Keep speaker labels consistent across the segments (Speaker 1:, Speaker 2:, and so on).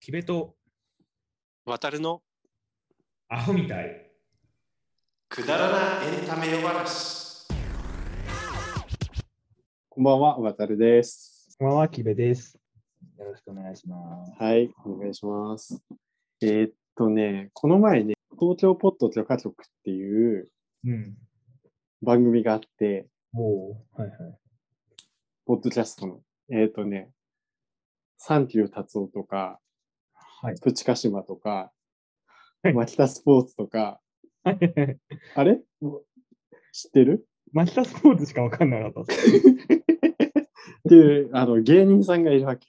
Speaker 1: キベト、
Speaker 2: 渡るの
Speaker 1: アホみたい。
Speaker 2: くだらなエンタメ呼ばし
Speaker 3: こんばんは、渡るです。
Speaker 4: こんばんは、キベです。よろしくお願いします。
Speaker 3: はい、お願いします。えーっとね、この前ね、東京ポッド許可局っていう
Speaker 4: うん。
Speaker 3: 番組があって、
Speaker 4: おおはいはい。
Speaker 3: ポッドキャストの。えーっとね、サンキュー達夫とか、
Speaker 4: はい
Speaker 3: プチカシマとか、
Speaker 4: はい
Speaker 3: マキタスポーツとか、あれ知ってる
Speaker 4: マキタスポーツしかわかんなかったっす
Speaker 3: っていう、あの、芸人さんがいるわけ。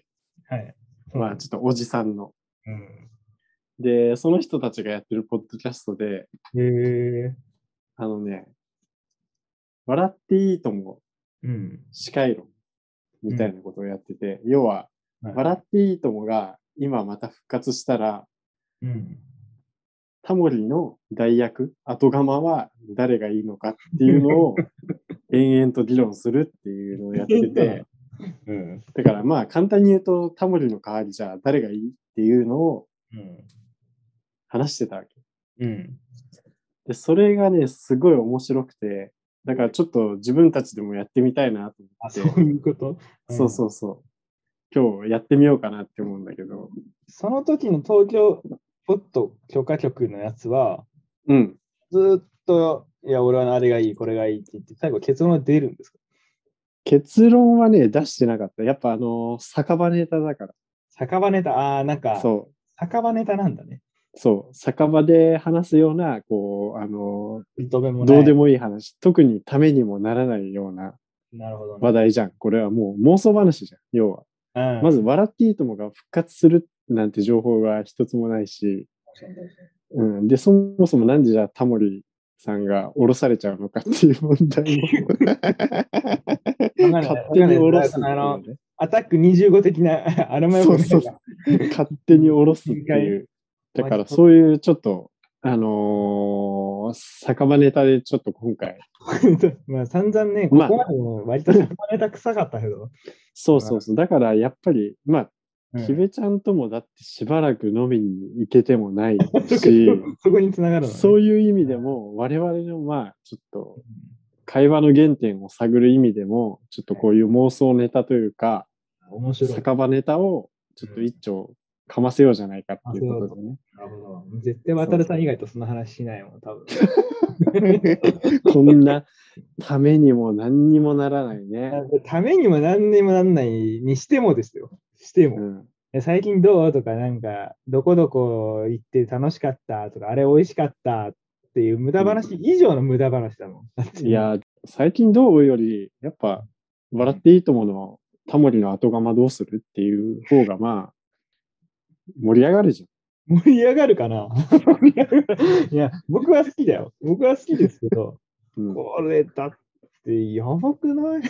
Speaker 4: はい。
Speaker 3: まあ、ちょっとおじさんの。
Speaker 4: うん。
Speaker 3: で、その人たちがやってるポッドキャストで、
Speaker 4: へえ。
Speaker 3: あのね、笑っていいとも
Speaker 4: うん。
Speaker 3: 司会論みたいなことをやってて、要は、
Speaker 4: はい
Speaker 3: 笑っていいともが今また復活したら、
Speaker 4: うん。
Speaker 3: タモリの代役、後釜は誰がいいのかっていう のを延々と議論するっていうのをやって て、
Speaker 4: うん。
Speaker 3: だからまあ簡単に言うとタモリの代わりじゃ誰がいいっていうのを
Speaker 4: うん。
Speaker 3: 話してたわけ。
Speaker 4: うん。
Speaker 3: で、それがね、すごい面白くて、だからちょっと自分たちでもやってみたいなと思
Speaker 4: あ、
Speaker 3: って
Speaker 4: そ、ういうこと、。
Speaker 3: そうそううそう。今日やってみようかなって思うんだけど、
Speaker 4: その時の東京ポッド許可局のやつは、
Speaker 3: うん。
Speaker 4: ずーっと、いや、俺はあれがいい、これがいいって言って、最後結論は出るんですか
Speaker 3: 結論はね、出してなかった。やっぱあのー酒場ネタだか
Speaker 4: 酒場ネタ、ああー、なん
Speaker 3: ら。
Speaker 4: か、
Speaker 3: そ
Speaker 4: 酒場ネタなんだね。
Speaker 3: う。そう。酒場で話すような、こう、あの
Speaker 4: 認めも
Speaker 3: ー
Speaker 4: ない。
Speaker 3: どうでもいい話。特にためにもならないような
Speaker 4: なるほど、ね。
Speaker 3: 話題じゃん。これはもう妄想話じゃん。要は。
Speaker 4: うん、
Speaker 3: まず、笑っていいともが復活するなんて情報が一つもないし。
Speaker 4: 確かに確かに
Speaker 3: うん。で、そもそもなんでじゃあタモリさんが降ろされちゃうのかっていう問題も。
Speaker 4: んない
Speaker 3: 勝手に降ろすっていうね。
Speaker 4: あのアタック25的な アロマ
Speaker 3: そ
Speaker 4: 横
Speaker 3: う
Speaker 4: み
Speaker 3: そ
Speaker 4: た
Speaker 3: う
Speaker 4: いな。
Speaker 3: 勝手に下ろすっていう。
Speaker 4: 一回
Speaker 3: だからそういうちょっと、あのー酒場ネタでちょっと今回。
Speaker 4: まあ散々ね、こ
Speaker 3: まあ
Speaker 4: こまでも割と生まれた臭かったけど。
Speaker 3: そうそうそう。だからやっぱり、まあ、
Speaker 4: うん
Speaker 3: ひべちゃんともだってしばらく飲みに行けて もないし、
Speaker 4: そこにつながるの、ね。
Speaker 3: そういう意味でも、我々のまあ、ちょっと、会話の原点を探る意味でも、ちょっとこういう妄想ネタというか、
Speaker 4: 面白い。
Speaker 3: 酒場ネタをちょっと一丁かませようじゃないかっていうことで ね。
Speaker 4: なるほど絶対渡るさん以外とその話しないもん、多 分。
Speaker 3: こんなためにも何にもならないね。
Speaker 4: ためにも何にもなんないにしてもですよ。しても。
Speaker 3: うん、
Speaker 4: え最近どうとか、なんか、どこどこ行って楽しかったとか、あれ美味しかったっていう無駄話以上の無駄話だもん。だって
Speaker 3: いや、最近どうより、やっぱ、笑っていいとものタモリの後釜どうするっていう方が、まあ、盛り上がるじ
Speaker 4: 盛り上がるかな盛り上がるいや、僕は好きだよ。僕は好きですけど、
Speaker 3: ゃん。うん、
Speaker 4: これだってやばくない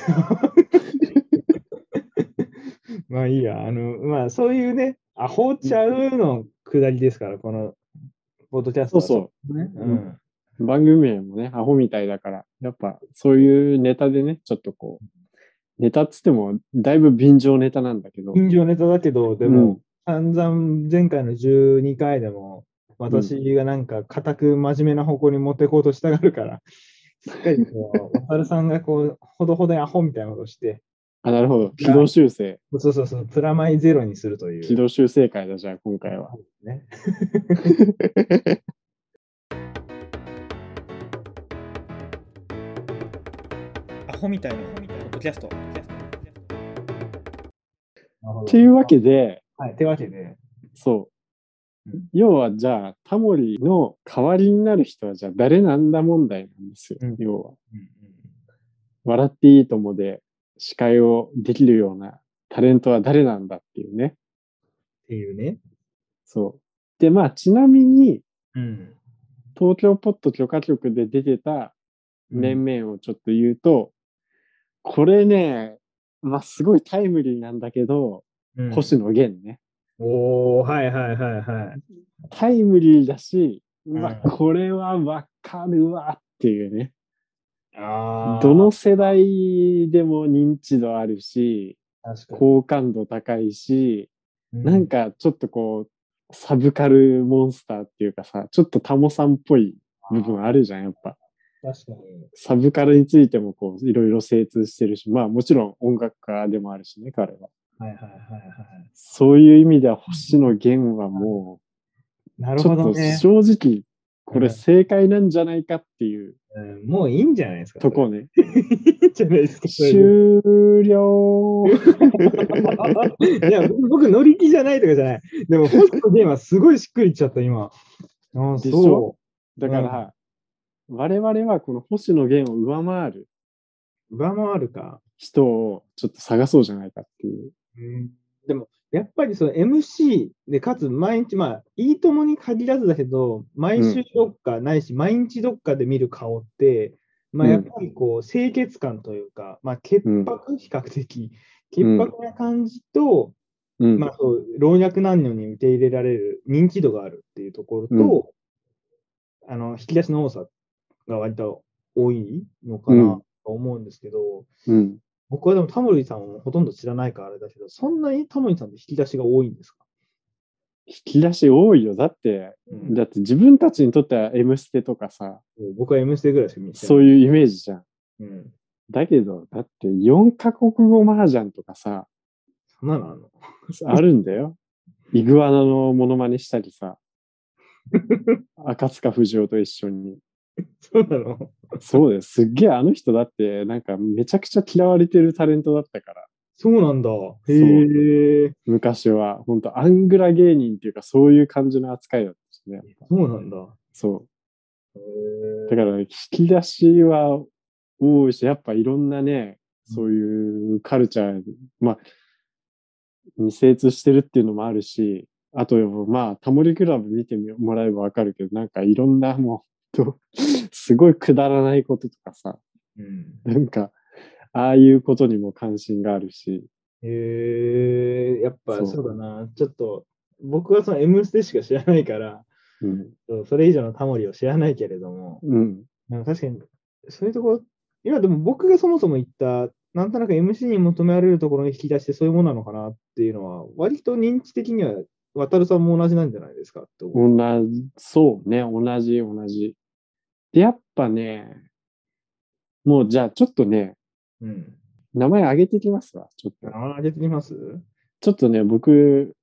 Speaker 4: まあいいや、あの、まあそういうね、アホちゃうの下りですから、この、ポッドキャスト
Speaker 3: そう
Speaker 4: は。
Speaker 3: そう
Speaker 4: ね、う。
Speaker 3: うんう。番組名もね、アホみたいだから、やっぱ、そういうネタでね、ちょっとこう、ネタっつっても、だいぶ便乗ネタなんだけど。
Speaker 4: 近所ネタだけど、で
Speaker 3: うん
Speaker 4: も、、散々前回の12回でも、私がなんか固く真面目な方向に持っていこうとしたがるから、すっかりこう、渡るさんがこう、ほどほどにアホみたいなことをして、
Speaker 3: あ、なるほど。軌道修正。
Speaker 4: そうそうそう、プラマイゼロにするという。
Speaker 3: 軌道修正会だ、じゃあ、今回は。
Speaker 4: ね。
Speaker 1: アホみたいな、ポッドキャスト。
Speaker 3: っていうわけで、
Speaker 4: はい、てわけで、
Speaker 3: そう。要は、じゃあ、タモリの代わりになる人は、じゃあ、誰なんだ問題なんですよ。
Speaker 4: うん
Speaker 3: 要は。笑っていいともで司会をできるようなタレントは誰なんだっていうね。
Speaker 4: っていうね。
Speaker 3: そう。で、まあ、ちなみに、
Speaker 4: うん。
Speaker 3: 東京ポッド許可局で出てた面々をちょっと言うと、これね、まあ、すごいタイムリーなんだけど、
Speaker 4: うん
Speaker 3: 星野源ね。
Speaker 4: おー、はいはいはいはい。
Speaker 3: タイムリーだし、まあ、
Speaker 4: うん
Speaker 3: これはわかるわっていうね。
Speaker 4: あー
Speaker 3: どの世代でも認知度あるし、
Speaker 4: 確かに
Speaker 3: 好感度高いし、なんかちょっとこう、サブカルモンスターっていうかさ、ちょっとタモさんっぽい部分あるじゃん、やっぱ。
Speaker 4: 確かに。
Speaker 3: サブカルについてもこう、いろいろ精通してるし、まあもちろん音楽家でもあるしね、彼は。
Speaker 4: はいはいはいはい。
Speaker 3: そういう意味では星野源はも
Speaker 4: な
Speaker 3: う、
Speaker 4: る
Speaker 3: ち
Speaker 4: ほ
Speaker 3: ょっ
Speaker 4: ど
Speaker 3: と
Speaker 4: ね、
Speaker 3: 正直、これ
Speaker 4: うん
Speaker 3: 正解なんじゃないかっていう
Speaker 4: うん。もういいんじゃないですか。
Speaker 3: とこね。
Speaker 4: いいんじゃないですか。 それで
Speaker 3: 終了
Speaker 4: いや、僕僕乗り気じゃないとかじゃない。でも、ホストゲームはすごいしっくりきちゃった、今。ああ、
Speaker 3: でし
Speaker 4: そ
Speaker 3: ょだから、我々はこの星野源を上回る
Speaker 4: う。上回るか。
Speaker 3: 人をちょっと探そうじゃないかっていう。
Speaker 4: でも、やっぱりその MC で、かつ毎日、まあ、いいともに限らずだけど、毎週どっかないし、毎日どっかで見る顔って、まあ、
Speaker 3: うん
Speaker 4: やっぱりこう、清潔感というか、まあ、潔白、比較的、潔白な感じと、
Speaker 3: うん。
Speaker 4: まあ、そう老若男女に受け入れられる認知度があるっていうところと、あの引き出しの多さが割と多いのか
Speaker 3: うん
Speaker 4: なと思うんですけど、
Speaker 3: うん、
Speaker 4: 僕はでもタモリさんをほとんど知らないからあれだけど、そんなにタモリさんって引き出しが多いんですか、
Speaker 3: 引き出し多いよ。だって、だって自分たちにとっては M ステとかさ、
Speaker 4: 僕は M ステぐらいしか見てない。
Speaker 3: そういうイメージじゃん。
Speaker 4: うん
Speaker 3: だけど、だって4カ国語麻雀とか さ、
Speaker 4: そんなのあんの
Speaker 3: あるんだよ。イグアナのモノマネしたり さ、赤塚不二夫と一緒に。
Speaker 4: そうなの
Speaker 3: そうだよ。すっげえあの人だって、なんかめちゃくちゃ嫌われてるタレントだったから、
Speaker 4: そうなんだ。へえ。
Speaker 3: 昔は。本当アングラ芸人っていうか、そういう感じの扱いだったしね。
Speaker 4: そうなんだ。
Speaker 3: そう。
Speaker 4: へ
Speaker 3: だから、引き出しは多いし、やっぱいろんなね、そういうカルチャー、まあ、に精通してるっていうのもあるし、あと、まあ、タモリクラブ見てもらえばわかるけど、なんかいろんな、もう、 とすごいくだらないこととかさ、
Speaker 4: え。うん
Speaker 3: なんか、ああいうことにも関心があるし、
Speaker 4: へえやっ
Speaker 3: そ
Speaker 4: ぱ
Speaker 3: う
Speaker 4: そうだな。ちょっと、僕はその M ステしか知らないから、
Speaker 3: うん、
Speaker 4: そうそれ以上のタモリを知らないけれども、
Speaker 3: うん、
Speaker 4: なんか確かに、そういうところ、今でも僕がそもそも言った、なんとなく MC に求められるところの引き出しってそういうものなのかなっていうのは、割と認知的には、渡るさんも同じなんじゃないですかって思う。
Speaker 3: 同じ、そうね、同じ、同じ。で、やっぱね、もうじゃあちょっとね、
Speaker 4: うん。
Speaker 3: 名前挙げてきますわ、ちょっと。
Speaker 4: ああ、出てきます
Speaker 3: ちょっとね、僕、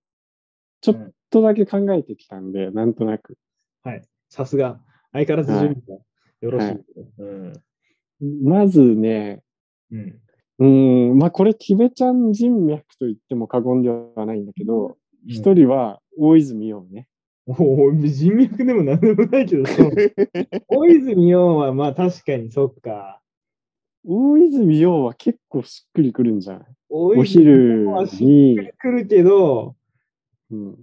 Speaker 3: ちょっとだけ考えてきたんで、なんとなく。
Speaker 4: さすが。相変わらず準備がよろしい。
Speaker 3: はい
Speaker 4: うん。
Speaker 3: まずね、
Speaker 4: うん。
Speaker 3: うーん、まあこれ、キベちゃん人脈と言っても過言ではないんだけど、一、人は大泉洋ね。
Speaker 4: おお、人脈でも何でもないけど、 そう大泉洋はまあ確かにそっか。
Speaker 3: 大泉洋は結構しっくりくるんじゃない
Speaker 4: 大
Speaker 3: お
Speaker 4: 泉
Speaker 3: 昼
Speaker 4: はし
Speaker 3: に、
Speaker 4: 来るけど、
Speaker 3: うん、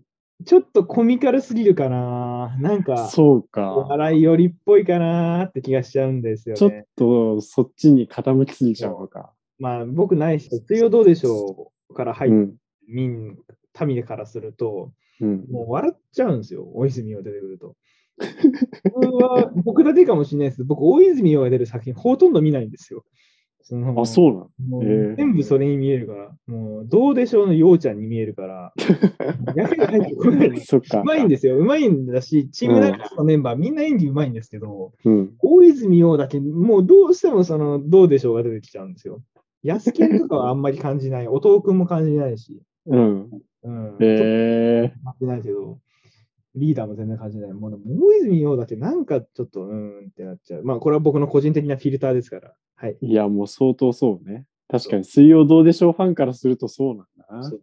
Speaker 4: ちょっとコミカルすぎるかな。なんか、
Speaker 3: そう
Speaker 4: お
Speaker 3: か。
Speaker 4: 笑い寄りっぽいかなって気がしちゃうんですよ
Speaker 3: ちょっ
Speaker 4: ね。
Speaker 3: とそっちに傾きすぎちゃうのか。
Speaker 4: まあ僕ないし、水曜どうでしょうから入っ
Speaker 3: う
Speaker 4: て、
Speaker 3: ん、
Speaker 4: 民、民からすると、
Speaker 3: うん、
Speaker 4: もう笑っちゃうんですよ、大泉洋出てくると。僕は僕だけかもしれないです。僕、大泉洋が出る作品、ほとんど見ないんですよ。その
Speaker 3: あ、そうなの
Speaker 4: もう
Speaker 3: えー
Speaker 4: 全部それに見えるから、もう、どうでしょうのようちゃんに見えるから、やけが入ってこ ないです。
Speaker 3: そっか
Speaker 4: う。まいんですよ、うまいんだし、チームナイツのメンバー、みんな演技うまいんですけど、
Speaker 3: うん、
Speaker 4: 大泉洋だけ、もうどうしてもその、どうでしょうが出てきちゃうんですよ。安健とかはあんまり感じない、お父くんも感じないし、
Speaker 3: うん。
Speaker 4: うん、
Speaker 3: えー、
Speaker 4: 感じないけど、リーダーも全然感じない。もうでも大泉洋だけなんかちょっとうーんってなっちゃう。まあこれは僕の個人的なフィルターですから。はい。
Speaker 3: いや、もう相当そうね。確かに、水曜どうでしょうファンからするとそうなんだ
Speaker 4: そ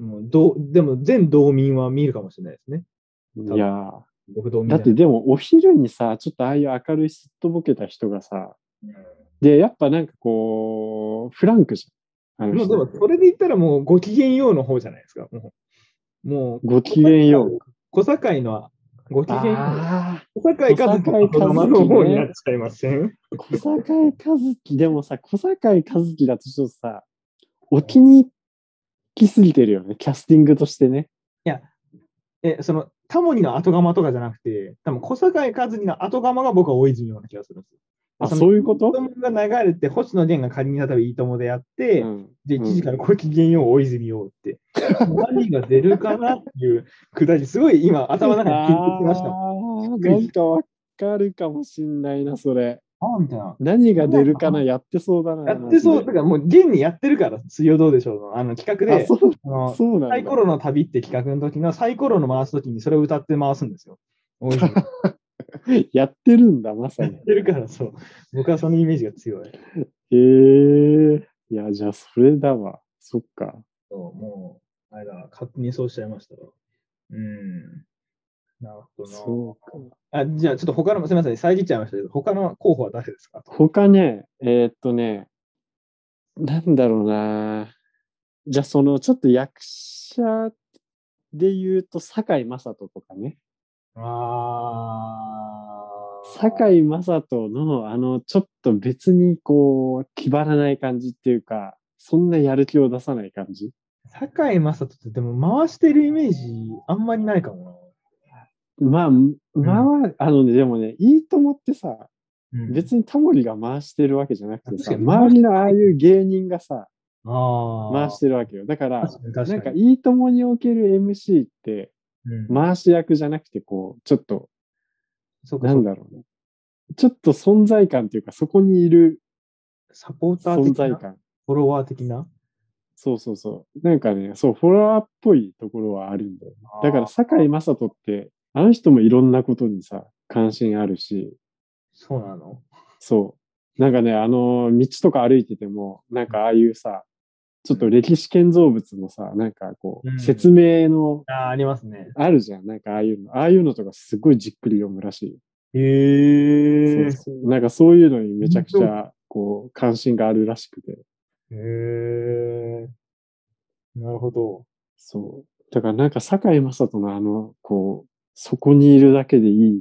Speaker 4: うもうどうでも全道民は見るかもしれないですね。
Speaker 3: な。いやー
Speaker 4: 僕道民
Speaker 3: だって
Speaker 4: なんで
Speaker 3: でもお昼にさ、ちょっとああいう明るいすっとぼけた人がさ、で、やっぱなんかこう、フランクじゃん。あの
Speaker 4: もう
Speaker 3: 人
Speaker 4: でもそれで言ったらもうご機嫌ようの方じゃないですか。もう、もう
Speaker 3: ご機嫌よう。
Speaker 4: 小坂井のご機嫌よう。
Speaker 3: あ
Speaker 4: 小坂井和樹の
Speaker 3: 小坂井和樹ね
Speaker 4: の方になっちゃいません
Speaker 3: あ、小坂井和樹、でもさ、小坂井和樹だとちょっとさ、お気に入りすぎてるよね、キャスティングとしてね。
Speaker 4: え、その、タモリの後釜とかじゃなくて、多分小坂井和樹の後釜が僕は大泉洋な気がするんですよ。
Speaker 3: あ、そういうこと
Speaker 4: いいともが流れて、星野源が仮に例えばいいともでやって、
Speaker 3: うん
Speaker 4: で、
Speaker 3: うん
Speaker 4: 1時からごきげんよう、大泉洋って。何が出るかなっていうくだり、すごい今、頭の中に聞いてきました
Speaker 3: あ
Speaker 4: もん。
Speaker 3: ーなんかわかるかもしんないな、それ。
Speaker 4: あみたいな。
Speaker 3: 何が出るか な、やってそうだな。
Speaker 4: やってそう、だか
Speaker 3: マ
Speaker 4: らもう現にやってるから、水曜どうでしょうのあの企
Speaker 3: ジ
Speaker 4: 画で
Speaker 3: で。あ、、そう、
Speaker 4: あの
Speaker 3: そうなんだ。
Speaker 4: サイコロの旅って企画の時のサイコロの回す時にそれを歌って回すんです よ。大泉やっ
Speaker 3: やってるんだ、まさに。
Speaker 4: てるからそう。僕はそのイメージが強い。
Speaker 3: へえ。いや、じゃあ、それだわ。そっか。
Speaker 4: そうもう、あれだ、勝手にそうしちゃいましたわうん。なるほど
Speaker 3: そうか。
Speaker 4: な。あじゃあ、ちょっと他の、すみません、遮っちゃいましたけど、他の候補は誰ですか
Speaker 3: 他ね、えーっとね、なんだろうな。じゃあ、その、ちょっと役者で言うと、堺雅人とかね。
Speaker 4: あ
Speaker 3: 堺雅人の、あの、ちょっと別に、こう、気張らない感じっていうか、そんなやる気を出さない感じ。
Speaker 4: 坂井雅人って、でも回してるイメージ、あんまりないかも
Speaker 3: まあ、まあ、あのね、でもね、いいと思ってさ、
Speaker 4: な。うん
Speaker 3: 別にタモリが回してるわけじゃなくてさ、
Speaker 4: 確かに
Speaker 3: 周りのああいう芸人がさ、
Speaker 4: ああ。
Speaker 3: 回してるわけよ。だから、
Speaker 4: 確かに確か
Speaker 3: な
Speaker 4: に
Speaker 3: んか、いいともにおける MC って、
Speaker 4: うん
Speaker 3: 回し役じゃなくて、こう、ちょっと、
Speaker 4: そうか
Speaker 3: な
Speaker 4: そうんか
Speaker 3: だろうね。ちょっと存在感というか、そこにいる
Speaker 4: サポーター
Speaker 3: 存
Speaker 4: 的な
Speaker 3: 在感。
Speaker 4: フォロワー的な
Speaker 3: そうそうそう。なんかね、そう、フォロワーっぽいところはあるんだよ。だから、
Speaker 4: あー
Speaker 3: 堺雅人って、あの人もいろんなことにさ、関心あるし、
Speaker 4: そうなの
Speaker 3: そう。なんかね、あの、道とか歩いてても、なんかああいうさ、ちょっと歴史建造物のさ、なんかこ
Speaker 4: うん
Speaker 3: う、説明の、
Speaker 4: あーありますね。
Speaker 3: あるじゃん。なんかああいうの。ああいうのとかすごいじっくり読むらしいよ。
Speaker 4: へ
Speaker 3: そうそうなんかそういうのにめちゃくちゃこう関心があるらしくて。
Speaker 4: へえ。なるほど。
Speaker 3: そう。だからなんか堺雅人のあの、こう、そこにいるだけでいい、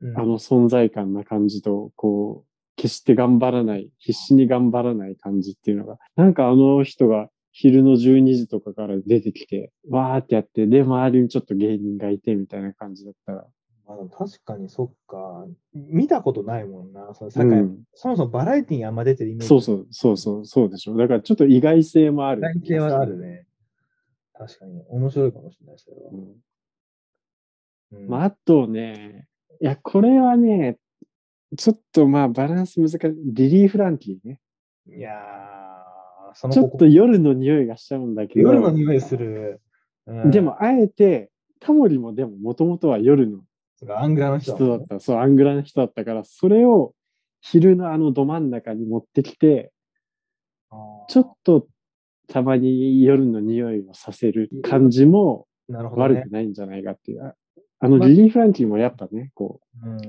Speaker 4: うん
Speaker 3: あの存在感な感じと、こう、決して頑張らない、必死に頑張らない感じっていうのが、なんかあの人が昼の12時とかから出てきて、わーってやって、で、周りにちょっと芸人がいてみたいな感じだったら。
Speaker 4: あの確かにそっか。見たことないもんな。その酒井
Speaker 3: うん
Speaker 4: そもそもバラエティにあんま出てるイメージ。
Speaker 3: そうそう、そうそう、そうでしょ。だからちょっと意外性もある。
Speaker 4: バラエティはあるね。確かに。面白いかもしれない、それは
Speaker 3: う。ん
Speaker 4: うん
Speaker 3: まあ、あとね、いや、これはね、ちょっとまあバランス難しい。リリー・フランキーね。
Speaker 4: いやー、その
Speaker 3: ちょっと夜の匂いがしちゃうんだけど、
Speaker 4: 夜の匂いする。うん
Speaker 3: で、もあえて、タモリもでももともとは夜の
Speaker 4: そうかアングラの人
Speaker 3: 人
Speaker 4: だもん
Speaker 3: だっ
Speaker 4: ね
Speaker 3: た、そう、アングラの人だったから、それを昼のあのど真ん中に持ってきて、
Speaker 4: あー
Speaker 3: ちょっとたまに夜の匂いをさせる感じも
Speaker 4: なるほど、
Speaker 3: 悪
Speaker 4: ね
Speaker 3: く。ないんじゃないかっていう。ああの、リリー・フランキーもやっぱね、こう、
Speaker 4: うん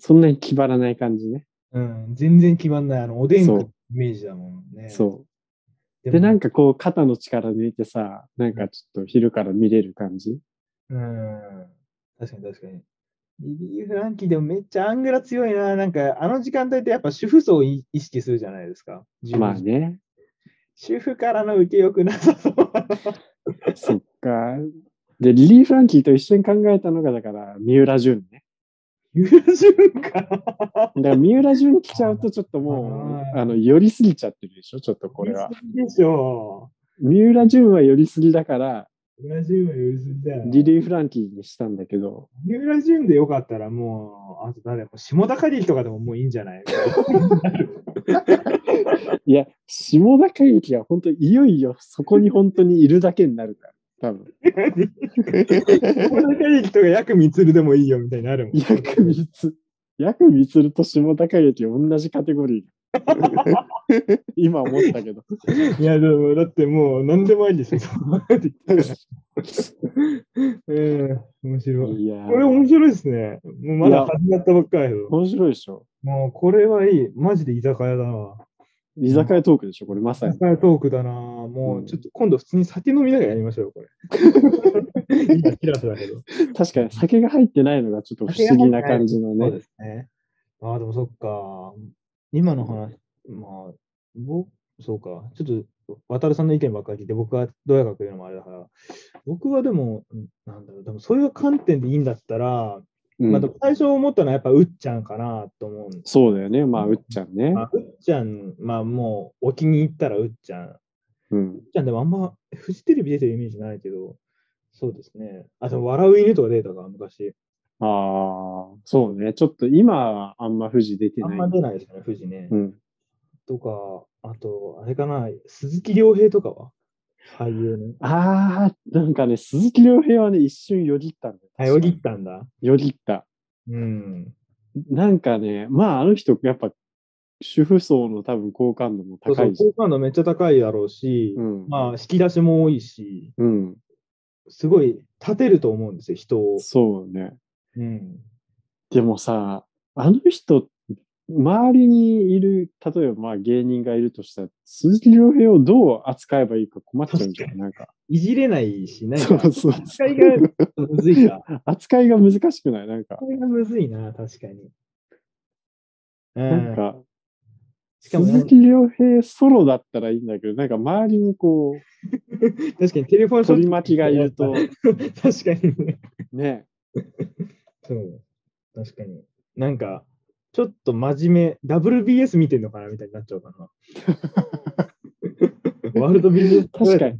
Speaker 3: そんなに気張らない感じね。
Speaker 4: うん、全然決まんない。あの、おでん
Speaker 3: そう
Speaker 4: 食ってイメージだもんね。
Speaker 3: そう。
Speaker 4: う
Speaker 3: で、なん
Speaker 4: か、
Speaker 3: かこう、肩の力抜いてさ、なんかちょっと昼から見れる感じ。
Speaker 4: うん。確かに確かに。リリー・フランキーでもめっちゃアングラ強いな。なんか、あの時間帯ってやっぱ主婦層をい意識するじゃないですか。
Speaker 3: まあ
Speaker 4: 自分
Speaker 3: ね。
Speaker 4: 主婦からの受けよくなさそう。
Speaker 3: そっか。で、リリー・フランキーと一緒に考えたのが、だから、三浦淳ね。
Speaker 4: 優順か。
Speaker 3: だから、三浦淳来ちゃうと、ちょっとも
Speaker 4: あ
Speaker 3: う、
Speaker 4: ー
Speaker 3: あの、寄りすぎちゃってるでしょ、ちょっとこれは。
Speaker 4: 優先でしょ
Speaker 3: 三浦淳は寄りすぎだから、
Speaker 4: う。裏順は優先だよ。
Speaker 3: リリー・フランキーにしたんだけど、
Speaker 4: 三浦淳でよかったらもう、あと誰も、下田カリとかでももういいんじゃない
Speaker 3: いや、下田景樹は本当、いよいよそこに本当にいるだけになるから、多分。
Speaker 4: 下田カリとか薬満るでもいいよみたいになるもん。
Speaker 3: 薬光薬光と下高之同じカテゴリ ー。今思ったけど。
Speaker 4: いや、でも、だってもう、何でもあり ですよ。うん、面白い。
Speaker 3: いやー、
Speaker 4: これ面白いですね。もうま
Speaker 3: い
Speaker 4: だ
Speaker 3: や
Speaker 4: 始まったばっかりだけど。
Speaker 3: 面白いでしょ。
Speaker 4: もう、これはいい。マジで居酒屋だな。
Speaker 3: 居酒屋トークでしょ、これまさ
Speaker 4: 居
Speaker 3: に。
Speaker 4: 酒屋トークだな。もう、ちょっと今度普通に酒飲みながらやりましょうよ、こ れ。今、キラスだけど。
Speaker 3: 確かに酒が入ってないのがちょっと不思議な感じの
Speaker 4: そう
Speaker 3: ね
Speaker 4: で。すね。ああ、でもそっか。今の話、まあ、僕、そうか。ちょっと、渡るさんの意見ばっかり聞いて、僕はどうやかく言うのもあれだから、僕はでも、うんなんだろう、でもそういう観点でいいんだったら、
Speaker 3: うん
Speaker 4: まあ、でも最初思ったのはやっぱうっちゃんかなと思うんです。
Speaker 3: そうだよね。まあ、うっちゃんね
Speaker 4: ま。あ、うっちゃん、まあもうお気に入ったらうっちゃん。うっ
Speaker 3: うん。
Speaker 4: ちゃんでもあんまフジテレビ出てるイメージないけど、そうですね。あ、でも笑う犬とか出たか、昔。
Speaker 3: ああ、そうね。ちょっと今はあんま富士出て
Speaker 4: あん
Speaker 3: ない。
Speaker 4: ま出ないですよね、フジね。
Speaker 3: うん。
Speaker 4: とか、あと、あれかな、鈴木亮平とかは俳優の。
Speaker 3: ああ、なんかね、鈴木亮平はね、一瞬よぎったんだよ。
Speaker 4: あ、よぎったんだ。
Speaker 3: よぎった。
Speaker 4: うん。
Speaker 3: なんかね、まあ、あの人、やっぱ、主婦層の多分好感度も
Speaker 4: そう
Speaker 3: 高い
Speaker 4: そ
Speaker 3: し。
Speaker 4: う好感度めっちゃ高いだろうし、
Speaker 3: うん。
Speaker 4: まあ、引き出しも多いし、
Speaker 3: うん。
Speaker 4: すごい立てると思うんですよ、人を。
Speaker 3: そうね。
Speaker 4: うん。
Speaker 3: でもさ、あの人、周りにいる、例えばまあ芸人がいるとしたら、鈴木亮平をどう扱えばいいか困っちゃうんじゃないなんか。
Speaker 4: いじれないし、ない
Speaker 3: そうそうそう。
Speaker 4: 扱いがむずいか。
Speaker 3: 扱いが難しくないなんか。
Speaker 4: 扱いがむずいな、確かに。う
Speaker 3: なん
Speaker 4: ん。
Speaker 3: か、
Speaker 4: しかもなん
Speaker 3: 鈴
Speaker 4: か、
Speaker 3: 木亮平ソロだったらいいんだけど、なんか周りにこう、
Speaker 4: 確かにテレフォンショット
Speaker 3: 取り巻きがいると、
Speaker 4: 確かにね。
Speaker 3: ね、
Speaker 4: そう。確かに。なんか、ちょっと真面目、WBS 見てんのかなみたいになっちゃうか な。ワールドビジネス
Speaker 3: 確かに。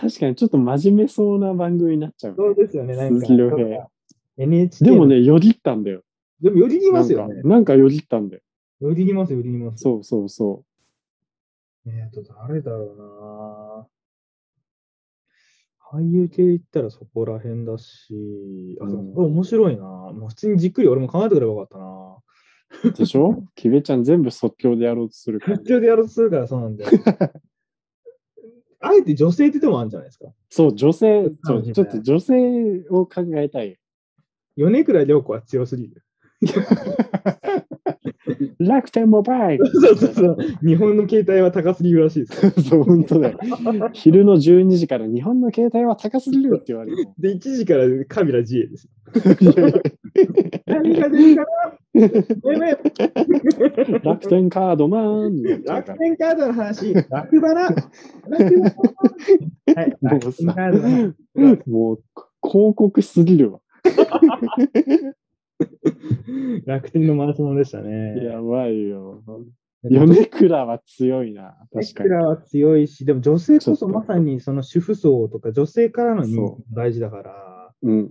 Speaker 3: 確かにちょっと真面目そうな番組になっちゃうね、
Speaker 4: そうですよね、なんか。
Speaker 3: 鈴木亮平
Speaker 4: NHK
Speaker 3: で
Speaker 4: の
Speaker 3: も、ね、よぎったんだよ。
Speaker 4: でもよりぎますよ
Speaker 3: なん
Speaker 4: ね
Speaker 3: か。なんかよぎったんだよ。
Speaker 4: よりぎます、よりぎます。
Speaker 3: そうそうそう。
Speaker 4: えーと、誰だろうな。俳優系で言ったらそこら辺だし、あ、でも
Speaker 3: うん
Speaker 4: これ面白いな。もう普通にじっくり俺も考えてくればよかったな。
Speaker 3: で しょキベちゃん全部即興でやろうとするから
Speaker 4: 一。応でやろうとするからそうなん だよ。あえて女性って手もあるんじゃないですか。
Speaker 3: そう、女性、ち
Speaker 4: そう
Speaker 3: ょ
Speaker 4: ですね
Speaker 3: ちょっと女性を考えたい。
Speaker 4: 米倉涼子は強すぎる。
Speaker 3: 楽天モバイル
Speaker 4: そうそうそう。日本の携帯は高すぎるらしい ですよ。
Speaker 3: そう、本当だよ。昼の12時から日本の携帯は高すぎるって言われるもん。
Speaker 4: で、1時からカビラ GA ですよ。何が出る かなやめ
Speaker 3: 楽天カードマンになっちゃ
Speaker 4: 楽
Speaker 3: うから
Speaker 4: 天カードの 話、楽バラ。楽バラ。はい、
Speaker 3: も
Speaker 4: 楽
Speaker 3: うさ
Speaker 4: 天カードの話
Speaker 3: もう広告すぎるわ。
Speaker 4: 楽天のマラソンでしたね。
Speaker 3: やばいよ。
Speaker 4: 米
Speaker 3: 米倉は強いな。確かに。
Speaker 4: 倉は強いし、でも女性こ
Speaker 3: ちょ
Speaker 4: そ
Speaker 3: っと
Speaker 4: まさにその主婦層とか女性からの人気
Speaker 3: そ
Speaker 4: も大事だから、
Speaker 3: うん。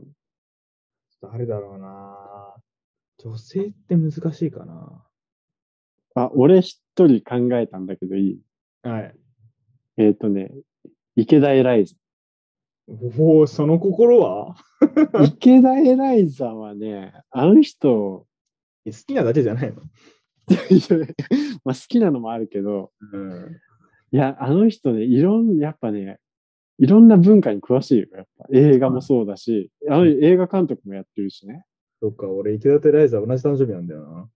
Speaker 4: 誰だろうな。女性って難しいかな。
Speaker 3: あ、俺一人考えたんだけどいい。
Speaker 4: はい。
Speaker 3: えっ、とね、池田エライ ザ。
Speaker 4: おお、その心は
Speaker 3: 池田エライザはね、あの人、
Speaker 4: 好きなだけじゃないの。
Speaker 3: いやまあ好きなのもあるけど、
Speaker 4: うん。
Speaker 3: いや、あの人ね、いろん、やっぱね、いろんな文化に詳しいよ。やっぱ映画もそうだし、あの映画監督もやってるしね。
Speaker 4: そっか、俺、池田とライザー同じ誕生日なんだよ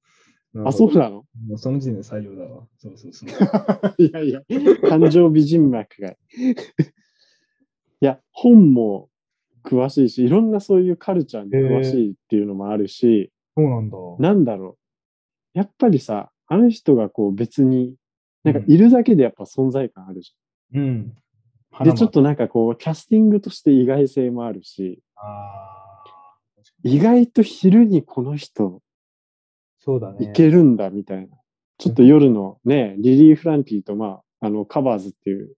Speaker 4: な。
Speaker 3: あ、そう
Speaker 4: だ。
Speaker 3: なの
Speaker 4: もうその時点で採用だわ。そうそう そう。
Speaker 3: いやいや、誕生日人脈が。い や、本も詳しいし、いろんなそういうカルチャーに詳しいっていうのもあるし、
Speaker 4: そうなんだ。
Speaker 3: なんだろう。やっぱりさ、あの人がこう別に、なんかいるだけでやっぱ存在感あるじ
Speaker 4: うん。
Speaker 3: ゃん。で、ちょっとなんかこう、キャスティングとして意外性もあるし、
Speaker 4: あー
Speaker 3: 意外と昼にこの人
Speaker 4: そうだね。
Speaker 3: いけるんだみたいな。ちょっと夜のね、リリー・フランキーと、まあ、あの、カバーズっていう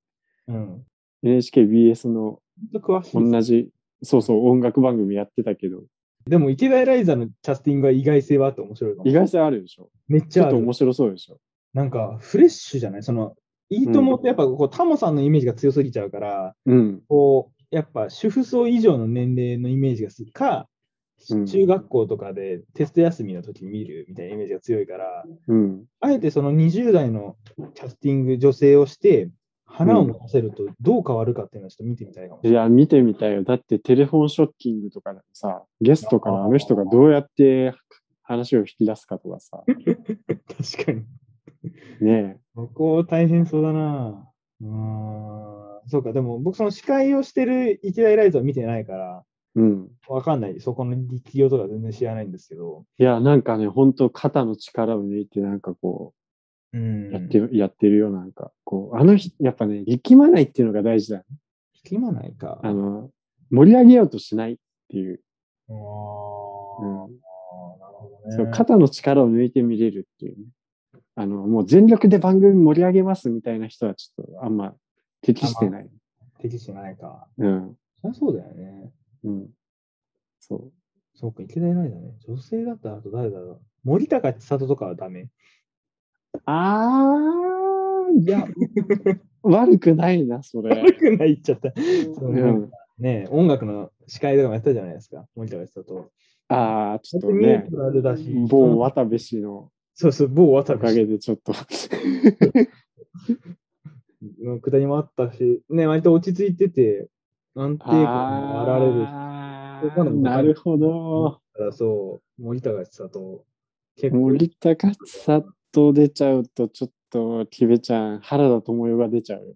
Speaker 4: うん。
Speaker 3: NHKBS の
Speaker 4: ほんと詳しいです
Speaker 3: 同じ、そうそう、音楽番組やってたけど、
Speaker 4: でも、池田エライザのキャスティングは意外性はあって面白いかも。
Speaker 3: 意外性あるでしょ
Speaker 4: めっち
Speaker 3: ち
Speaker 4: ゃ
Speaker 3: ょ
Speaker 4: あ
Speaker 3: っと
Speaker 4: る
Speaker 3: 面。白そうでしょ
Speaker 4: なんか、フレッシュじゃないその、いいともってやっぱこう、タモさんのイメージが強すぎちゃうから、
Speaker 3: うん。
Speaker 4: こう、やっぱ主婦層以上の年齢のイメージがするか、
Speaker 3: うん
Speaker 4: 中学校とかでテスト休みの時に見るみたいなイメージが強いから、
Speaker 3: うん。
Speaker 4: あえてその20代のキャスティング、女性をして、花を持たせるとどう変わるかっていうのはちょっと見てみたいかもし
Speaker 3: い
Speaker 4: れない。
Speaker 3: や、見てみたいよ。だってテレフォンショッキングとかでもさ、ゲストからあの人がどうやって話を引き出すかとかさ、
Speaker 4: 確かに。
Speaker 3: ね
Speaker 4: ここ大変そうだな。うーん。そうか、でも僕、その司会をしてる池田エライザを見てないから、
Speaker 3: え。うん。
Speaker 4: わかんない。そこの力量とか全然知らないんですけど。
Speaker 3: いや、なんかね、ほんと肩の力を抜いて、なんかこう、
Speaker 4: うん
Speaker 3: やってる、やってるよ、なんか。こう、あの人、やっぱね、力まないっていうのが大事だよ。
Speaker 4: 力まないか。
Speaker 3: あの、盛り上げようとしないっていう。
Speaker 4: あー
Speaker 3: うんそう肩の力を抜いて見れるっていうね。あの、もう全力で番組盛り上げますみたいな人はちょっとあんま適してない。
Speaker 4: 適してないか。
Speaker 3: うん。
Speaker 4: そりゃそうだよね。
Speaker 3: うん。そ
Speaker 4: そうか、池田偉いだね。女性だったらあと誰だろう。森高千里とかはダメ。
Speaker 3: う。あー、いや、悪くないな、それ。
Speaker 4: 悪くない言っちゃった。そううなん
Speaker 3: ん
Speaker 4: か。ね音楽の司会とかもやったじゃないですか。森高千里。
Speaker 3: あー、ちょっと
Speaker 4: ミュ
Speaker 3: ね
Speaker 4: ージ、カルだし。
Speaker 3: 某渡部氏の
Speaker 4: そうそう、某渡
Speaker 3: おか
Speaker 4: 辺
Speaker 3: げでちょっと。
Speaker 4: の下りもあったし、ね、割と落ち着いてて、安定感もあられる
Speaker 3: あ
Speaker 4: そこの
Speaker 3: ーなるほど。
Speaker 4: から、そう、森高千里、結構、
Speaker 3: 森高千里出ちゃうと、ちょっと、キベちゃん、原田知世が出ちゃうよ。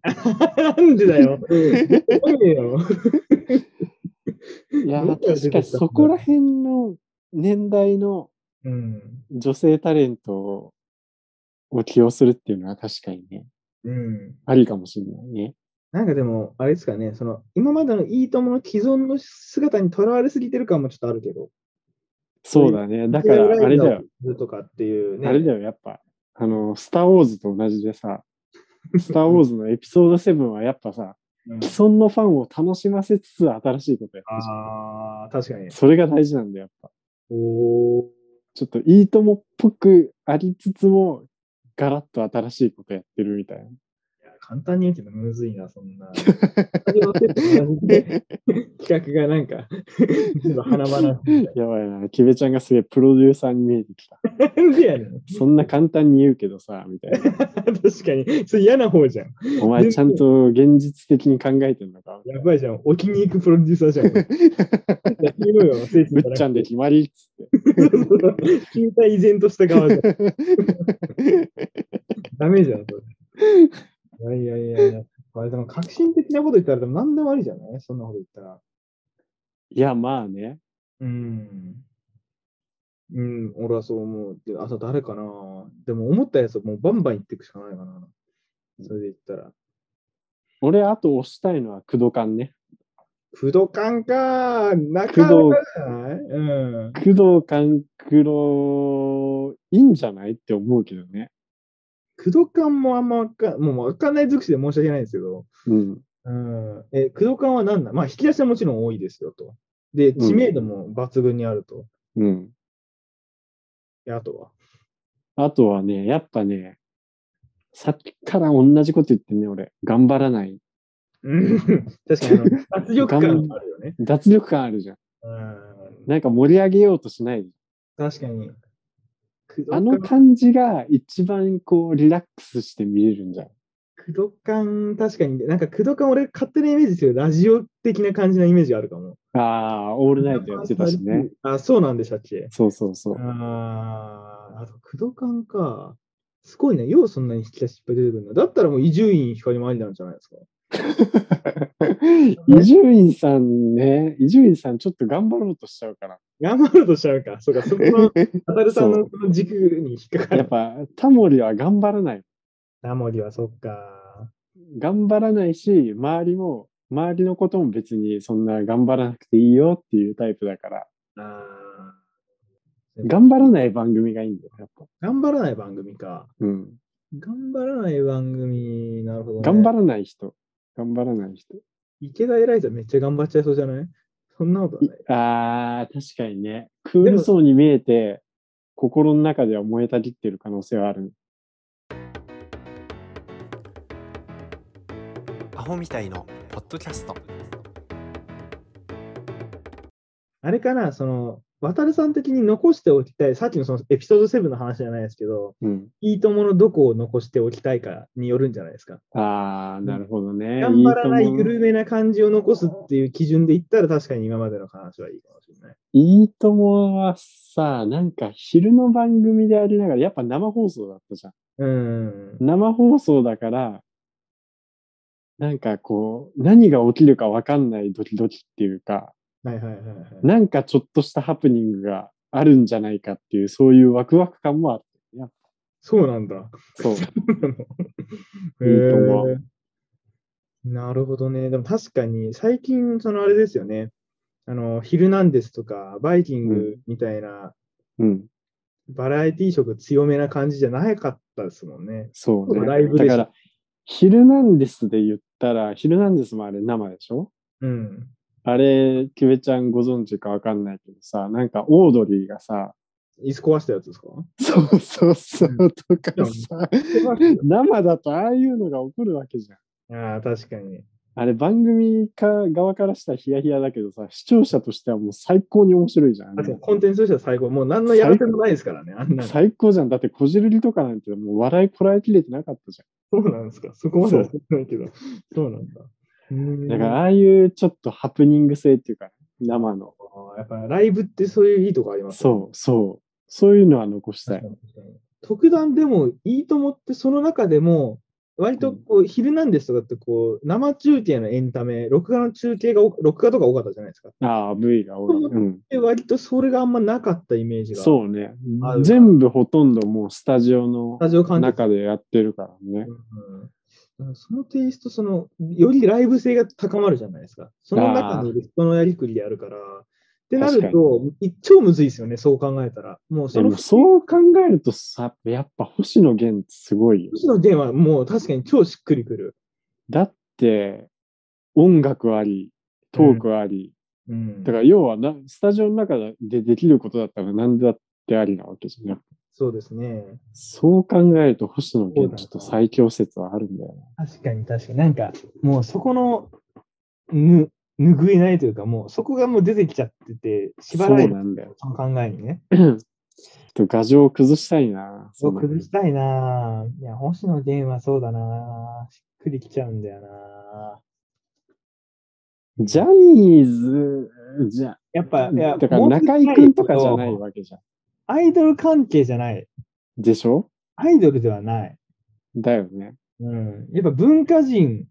Speaker 4: なんでだ よ。すごいよ。
Speaker 3: いや、
Speaker 4: どうやって出て
Speaker 3: 確
Speaker 4: きた
Speaker 3: かにそこら辺の年代の
Speaker 4: うん。
Speaker 3: 女性タレントを起用するっていうのは確かにね、
Speaker 4: うん。
Speaker 3: ありかもしれないね。
Speaker 4: なんかでも、あれですかね、その、今までのいいともの既存の姿にとらわれすぎてる感もちょっとあるけど、
Speaker 3: そうだね。だから、あれだよ。。
Speaker 4: とかっていうね。
Speaker 3: あれだよ、やっぱ。あの、スター・ウォーズと同じでさ、スター・ウォーズのエピソード7はやっぱさ、
Speaker 4: うん
Speaker 3: 既存のファンを楽しませつつ新しいことやってるじゃん
Speaker 4: ああ、確かに。
Speaker 3: それが大事なんだよ、やっぱ。
Speaker 4: おー
Speaker 3: ちょっといいともっぽくありつつも、ガラッと新しいことやってるみたいな。
Speaker 4: 簡単に言うけどむずいな、そん な。企画がなんか、ちょっと華々しい みたい
Speaker 3: やばいな、キベちゃんがすげえプロデューサーに見えてきた。
Speaker 4: なんでやねん。
Speaker 3: そんな簡単に言うけどさ、みた いな。
Speaker 4: 確かに。それ嫌な方じゃん。
Speaker 3: お前ちゃんと現実的に考えてん のか。
Speaker 4: やばいじゃん。置きに行くプロデューサー じゃん。やってみろよ、聖地
Speaker 3: ぶっちゃんで決まりっつっ
Speaker 4: 球体依然とした側じ ゃん。
Speaker 3: て。
Speaker 4: ダメじゃん、それ。いやいやいやいや。これでも革新的なこと言ったらでも何でもありじゃないそんなこと言ったら。
Speaker 3: いや、まあね。
Speaker 4: うん。うん、俺はそう思う。で、あと誰かなでも思ったやつをもうバンバン言っていくしかないかな。それで言ったら。
Speaker 3: 俺、あと押したいのは、工藤館ね。
Speaker 4: 工藤感かなかなかじゃないうん。
Speaker 3: 工藤館、黒、いいんじゃないって思うけどね。
Speaker 4: 工藤感もあんまわかん、もうわかんない尽くしで申し訳ないんですけど。
Speaker 3: うん。
Speaker 4: うん。え、工藤感は何だまあ、引き出しはもちろん多いですよと。で、知名度も抜群にあると。
Speaker 3: うん。
Speaker 4: であとは。
Speaker 3: あとはね、やっぱね、さっきから同じこと言ってんね、俺。頑張らない。
Speaker 4: うん。 確かに あの、圧力感があるよね。
Speaker 3: 脱力感あるじゃん。
Speaker 4: うん。
Speaker 3: なんか盛り上げようとしない。
Speaker 4: 確かに。工藤
Speaker 3: あの
Speaker 4: 感
Speaker 3: 感じが一番こうリラックスして見れるんじゃん。
Speaker 4: クドカン、確かに、なんかクドカン、俺勝手なイメージですよ。ラジオ的な感じのイメージがあるかも。
Speaker 3: ああー、オールナイトやってたしね。。
Speaker 4: あ、そうなんでしたっけ
Speaker 3: そうそうそう。
Speaker 4: あーあと、クドカンか。すごいね。ようそんなに引き出しいっぱい出てくるんだ。だったらもう伊集院光もありなんじゃないですか。
Speaker 3: 伊集院さんね、伊集院さんちょっと頑張ろうとしちゃうから。
Speaker 4: 頑張ろうとしちゃうか。そうか、そこ の、アタルさんの
Speaker 3: そう
Speaker 4: その軸に引っかか
Speaker 3: やっ
Speaker 4: る。
Speaker 3: ぱタモリは頑張らない。
Speaker 4: ナモリはそっか。
Speaker 3: 頑張らないし、周りも、周りのことも別にそんな頑張らなくていいよっていうタイプだから、
Speaker 4: あー
Speaker 3: 頑張らない番組がいいんだよ、やっぱ。
Speaker 4: 頑張らない番組か。
Speaker 3: うん。
Speaker 4: 頑張らない番組、なるほど、ね。
Speaker 3: 頑張らない人。頑張らない人。
Speaker 4: 池田エライザめっちゃ頑張っちゃいそうじゃないそんなことはない。
Speaker 3: ああ、確かにね。クールそうに見えて、心の中では燃えたぎってる可能性はある。
Speaker 2: アホみたいのポッドキャスト。
Speaker 4: あれかな、その、渡るさん的に残しておきたい、さっきのそのエピソード7の話じゃないですけど、
Speaker 3: うん。
Speaker 4: いいとものどこを残しておきたいかによるんじゃないですか。
Speaker 3: ああ、なるほどね。
Speaker 4: 頑張らない
Speaker 3: いいとも
Speaker 4: 緩めな感じを残すっていう基準で言ったら、確かに今までの話はいいかもしれない。
Speaker 3: いいともはさ、なんか昼の番組でありながら、やっぱ生放送だったじゃん。
Speaker 4: うーん。
Speaker 3: 生放送だから、なんかこう、何が起きるかわかんないドキドキっていうか、
Speaker 4: はいはいはい、はい。
Speaker 3: なんかちょっとしたハプニングがあるんじゃないかっていう、そういうワクワク感もある。やっ
Speaker 4: そうなんだ。
Speaker 3: ぱ そう。
Speaker 4: へ
Speaker 3: いいと思
Speaker 4: ーなるほどね。でも確かに、最近、そのあれですよね。あの、ヒルナンデスとか、バイキングみたいな、
Speaker 3: うん。
Speaker 4: バラエティ色強めな感じじゃなかったですもんね。
Speaker 3: そうね。
Speaker 4: ライブでし
Speaker 3: だ
Speaker 4: ょ
Speaker 3: から、ヒルナンデスで言ったら、ヒルナンデスもあれ生でしょ
Speaker 4: うん。
Speaker 3: あれ、キュベちゃんご存知かわかんないけどさ、なんかオードリーがさ、
Speaker 4: 椅子壊したやつ ですか
Speaker 3: そうそうそうとかさ、生だとああいうのが起こるわけじゃん。
Speaker 4: ああ、確かに。
Speaker 3: あれ番組か側からしたらヒヤヒヤだけどさ、視聴者としてはもう最高に面白いじゃん。あ
Speaker 4: あと
Speaker 3: れ
Speaker 4: コンテンツとしては最高。もう何のやらせもないですからね。あんなの。そ
Speaker 3: 最高じゃん。だってこじるりとかなんてもう笑いこらえきれてなかったじ
Speaker 4: うなんですか。そこまではしてないけど。そうなんだ。うーん
Speaker 3: ゃん。だからああいうちょっとハプニング性っていうか、生の。
Speaker 4: あーやっぱライブってそういういいとこありますね
Speaker 3: そうそう。そういうのは残したい。
Speaker 4: 特段でもいいと思って、その中でも、割とこう、ヒルナンデスとかってこう、生中継のエンタメ、録画の中継が多、録画とか多かったじゃないですか。
Speaker 3: ああ、V が多い。うん。
Speaker 4: で、割とそれがあんまなかったイメージが。う。
Speaker 3: そうね
Speaker 4: ある。
Speaker 3: 全部ほとんどもうスタジオの
Speaker 4: スタジオ感じ。
Speaker 3: 中でやってるからね。
Speaker 4: うんそのテイスト、その、よりライブ性が高まるじゃないですか。その中にいる人のやりくりであるから。ってなると、い超むずいですよね、そう考えたら。もう
Speaker 3: で
Speaker 4: その
Speaker 3: もそう考えるとさ、やっぱ星野源ってすごいよ。
Speaker 4: 星野源はもう確かに超しっくりくる。
Speaker 3: だって、音楽あり、トークあ
Speaker 4: う
Speaker 3: り、
Speaker 4: ん
Speaker 3: だから要はな、スタジオの中でできることだったら何だってありなわけじゃん。
Speaker 4: そうですね。
Speaker 3: そう考えると星野源ちょっと最強説はあるんだよね。
Speaker 4: 確かに確かに。なんか、もうそこの、ぬ、拭いないというか、もうそこがもう出てきちゃってて、縛
Speaker 3: そ
Speaker 4: ら
Speaker 3: う
Speaker 4: れる
Speaker 3: なんだよ。
Speaker 4: その考えにね。
Speaker 3: ちょっと画像を崩したいな。
Speaker 4: そう崩したいなぁ。いや、星野源はそうだなぁ。しっくりきちゃうんだよなぁ。
Speaker 3: ジャニーズ、じゃ、
Speaker 4: やっぱ、いや、
Speaker 3: だから
Speaker 4: もう少し
Speaker 3: 中居くんとかじゃないわけじゃん。
Speaker 4: アイドル関係じゃない。
Speaker 3: でしょ
Speaker 4: アイドルではない。
Speaker 3: だよね。
Speaker 4: うん。やっぱ文化人。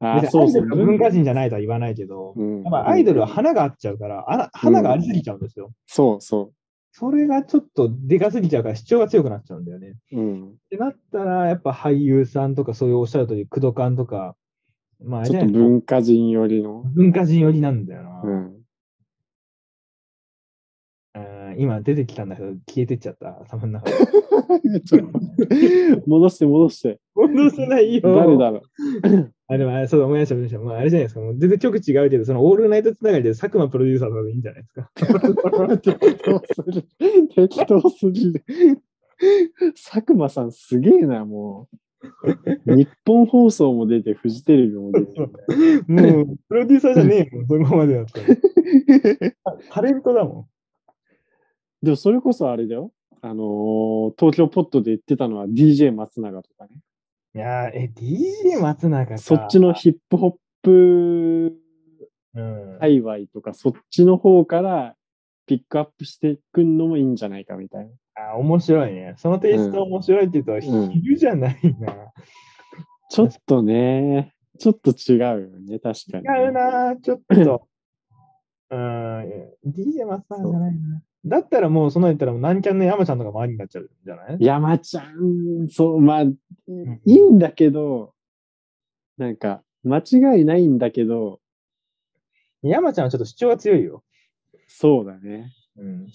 Speaker 3: あ
Speaker 4: 別
Speaker 3: ー、
Speaker 4: に
Speaker 3: そうそ
Speaker 4: アイドル
Speaker 3: う。
Speaker 4: が文化人じゃないとは言わないけど、
Speaker 3: うん
Speaker 4: やっぱアイドルは花があっちゃうから、あら花がありすぎちゃうんですよ。
Speaker 3: そうそ
Speaker 4: それがちょっとでかすぎちゃうから主張が強くなっちゃうんだよね。
Speaker 3: う。うん。
Speaker 4: ってなったら、やっぱ俳優さんとか、そういうおっしゃる通り、工藤館とか、まあ、あれ
Speaker 3: ち
Speaker 4: じ
Speaker 3: ょ
Speaker 4: ゃ
Speaker 3: っ
Speaker 4: な
Speaker 3: と
Speaker 4: いです
Speaker 3: 文化人寄りの
Speaker 4: か。文化人寄りなんだよな、
Speaker 3: うん。
Speaker 4: うん今出てきたんだけど、消えてっちゃった、頭の中で。
Speaker 3: ちょっと 戻して戻して。
Speaker 4: 戻せないよ。
Speaker 3: 誰だろう
Speaker 4: あでもあれそうだ、思い出した、思い出した。もうあれじゃないですか。もう全然曲違うけど、そのオールナイトつながりで佐久間プロデューサーとかでいいんじゃないですか。
Speaker 3: 適当すぎる。 適当すぎる。佐久間さんすげえな、もう。日本放送も出て、フジテレビも出てるんだ よ。
Speaker 4: もう、プロデューサーじゃねえもん、そこまでだったら。 タレントだも
Speaker 3: でもそれこそあれだよ。あのー東京ポットで言ってたのは DJ 松永とかね。
Speaker 4: ん。いやー、え、DJ 松永か。
Speaker 3: そっちの、ヒップホップ
Speaker 4: うん。
Speaker 3: 界隈とか、そっちの方からピックアップしていくのもいいんじゃないかみたいな。
Speaker 4: あー面白いね。そのテイスト面白いって言うと、
Speaker 3: うん
Speaker 4: 昼じゃないな。
Speaker 3: ちょっとね、ちょっと違うよね、確かにね、
Speaker 4: 違うな、ちょっ と。うん、DJ 松永じゃないな。だったらもう、その言ったら、南キャンの山ちゃんとかもありになっちゃうんじゃない
Speaker 3: 山ちゃん、そう、まあ、いいいんだけど、なんか、間違いないんだけど、
Speaker 4: 山ちゃんはちょっと主張が強いよ。
Speaker 3: そうだね。
Speaker 4: うん。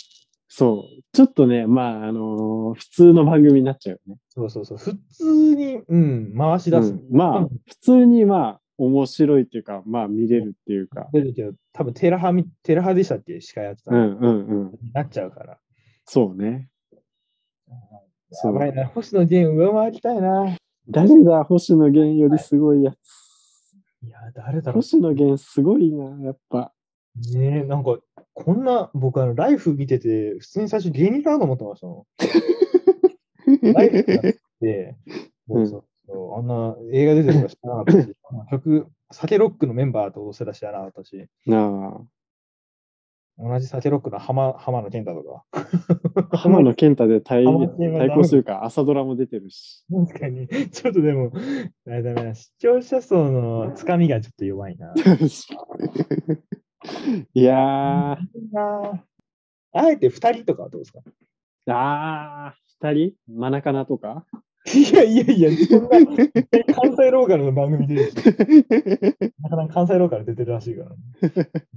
Speaker 3: そう。ちょっとね、まあ、あのー普通の番組になっちゃうよね。
Speaker 4: そうそうそう。普通に、うん、回し出す。
Speaker 3: うん
Speaker 4: う
Speaker 3: まあ
Speaker 4: ん、
Speaker 3: 普通に、まあ、面白いっていうか、まあ、見れるっていうか、
Speaker 4: 出るけど、多分テラハみ、テラハでしたっけ司会やってた
Speaker 3: う
Speaker 4: の、
Speaker 3: んうんうん。
Speaker 4: なっちゃうから。
Speaker 3: そうね。そ
Speaker 4: や
Speaker 3: う
Speaker 4: ばいな、星野源上回りたいな。
Speaker 3: 誰だ、星野源よりすごいや
Speaker 4: いや、誰だ
Speaker 3: つ。
Speaker 4: ろ
Speaker 3: 星野源すごいな、やっぱ。
Speaker 4: う。ねえ、なんか、こんな、僕、あの、ライフ見てて、普通に最初芸人かなと思ってましたも ん。ライフやって、
Speaker 3: うん
Speaker 4: そうそうあんな映画出てるとか知らなかったし、曲、酒ロックのメンバーと踊せら知らなかったし、
Speaker 3: なあ。
Speaker 4: 同じ酒ロックの浜浜野健太とか。
Speaker 3: 浜野健太で対
Speaker 4: 浜野健はダメ
Speaker 3: 対抗するから朝ドラも出てるし。
Speaker 4: 確かに、ちょっとでも、あれだな、視聴者層のつかみがちょっと弱い な。
Speaker 3: いやー、
Speaker 4: なあえて2人とかはどうですか
Speaker 3: あー、二人マナカナとか
Speaker 4: いやいやいや、そんな関西ローカルの番組で、 なかなか関西ローカル出てるらしいか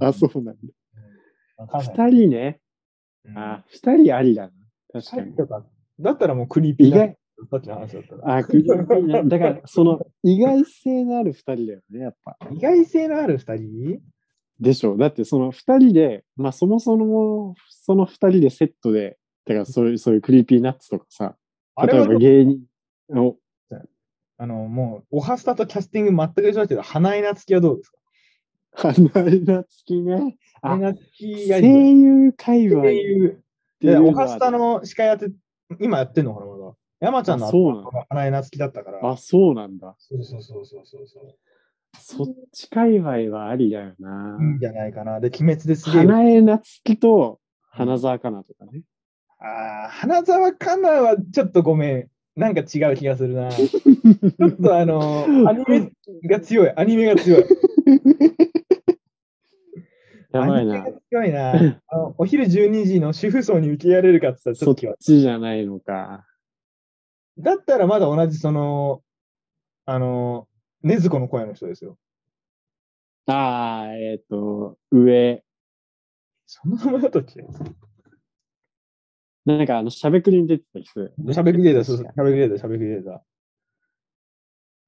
Speaker 4: ら、
Speaker 3: あ、そうなんだ。
Speaker 4: 関西
Speaker 3: 二人ね。
Speaker 4: うん
Speaker 3: あ、二人ありだな。確
Speaker 4: さ
Speaker 3: か
Speaker 4: っ
Speaker 3: に
Speaker 4: き。とか、だったらもうクリーピー
Speaker 3: 意
Speaker 4: だ
Speaker 3: 外、
Speaker 4: さっきの話だったら。
Speaker 3: あ、具体的なだ から、その意外性のある二人だよね、やっぱ。
Speaker 4: 意外性のある二人
Speaker 3: でしょう。だって、その二人で、まあ、そもそも、その二人でセットで、だから、そういう、そういうクリーピーナッツとかさ、
Speaker 4: あれ
Speaker 3: 例え
Speaker 4: は
Speaker 3: ば芸人を、
Speaker 4: あの、もう、オハスタとキャスティング全く一緒だけど、花江夏樹はどうですか
Speaker 3: 花枝付きね、あ
Speaker 4: 花江夏樹が
Speaker 3: 声
Speaker 4: いいっ
Speaker 3: 優界隈っててい
Speaker 4: いう。
Speaker 3: う
Speaker 4: で、
Speaker 3: のは
Speaker 4: オハスタの司会やって、今やってんのかな、まだ。山ちゃんの
Speaker 3: あ
Speaker 4: 後
Speaker 3: そうな
Speaker 4: が花江夏樹だったから。
Speaker 3: のあ、そうなんだ。
Speaker 4: そうそうそうそうそうそう。
Speaker 3: そっち界隈はありだよな。
Speaker 4: いいんじゃないかな。で、鬼滅ですげえ。
Speaker 3: 花江夏樹と花澤香菜とかね。
Speaker 4: あー花澤香菜はちょっとごめん。なんか違う気がするな。ちょっとあのー、アニメが強い。アニメが強い。
Speaker 3: やば
Speaker 4: ア
Speaker 3: い
Speaker 4: ニ
Speaker 3: な
Speaker 4: メ。が強いな。あのお昼12時の主婦層に受け入れられるかって言ったらち
Speaker 3: そ
Speaker 4: ょ
Speaker 3: っ
Speaker 4: っと違う。
Speaker 3: ちじゃないのか。
Speaker 4: だったらまだ同じその、あのー、禰豆子の声の人ですよ。
Speaker 3: ああ、えっ、と、上。
Speaker 4: その名前だったっけ
Speaker 3: なんかあの、しゃべくりに出てた人だよね。
Speaker 4: 喋りデータ、そうそう、喋りデータ、喋りデータ。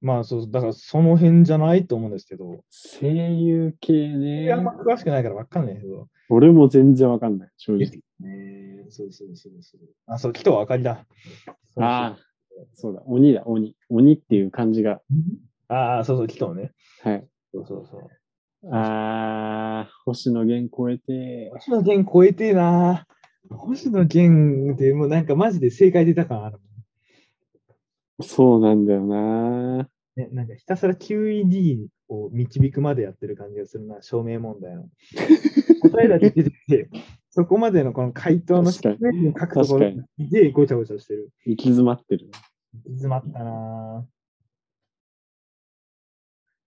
Speaker 4: まあそう、だからその辺じゃないと思うんですけど。
Speaker 3: 声優系
Speaker 4: い
Speaker 3: ね
Speaker 4: や、あんま。詳しくないからわかんないけど。
Speaker 3: 俺も全然わかんない、正
Speaker 4: え
Speaker 3: 直。
Speaker 4: ねえ、そうそうそうそう。あ、そう、木戸あかりだ。
Speaker 3: ああ、そうだ、鬼だ、鬼。鬼っていう感じが。
Speaker 4: あ。ああ、そうそう、木戸ね。
Speaker 3: はい。
Speaker 4: そうそうそう。
Speaker 3: ああ、星野源超えて。
Speaker 4: 星野源超えてえな。星野源ってもうなんかマジで正解出た感あるも
Speaker 3: そうなんだよな。
Speaker 4: ん。ね、なんかひたすら QED を導くまでやってる感じがするな、証明問題の。答えだけ出てて、そこまでのこの回答の
Speaker 3: 確かに
Speaker 4: 説明文書くところ
Speaker 3: 確
Speaker 4: でごちゃごちゃしてる。
Speaker 3: 行き詰まってる。
Speaker 4: 詰まったなぁ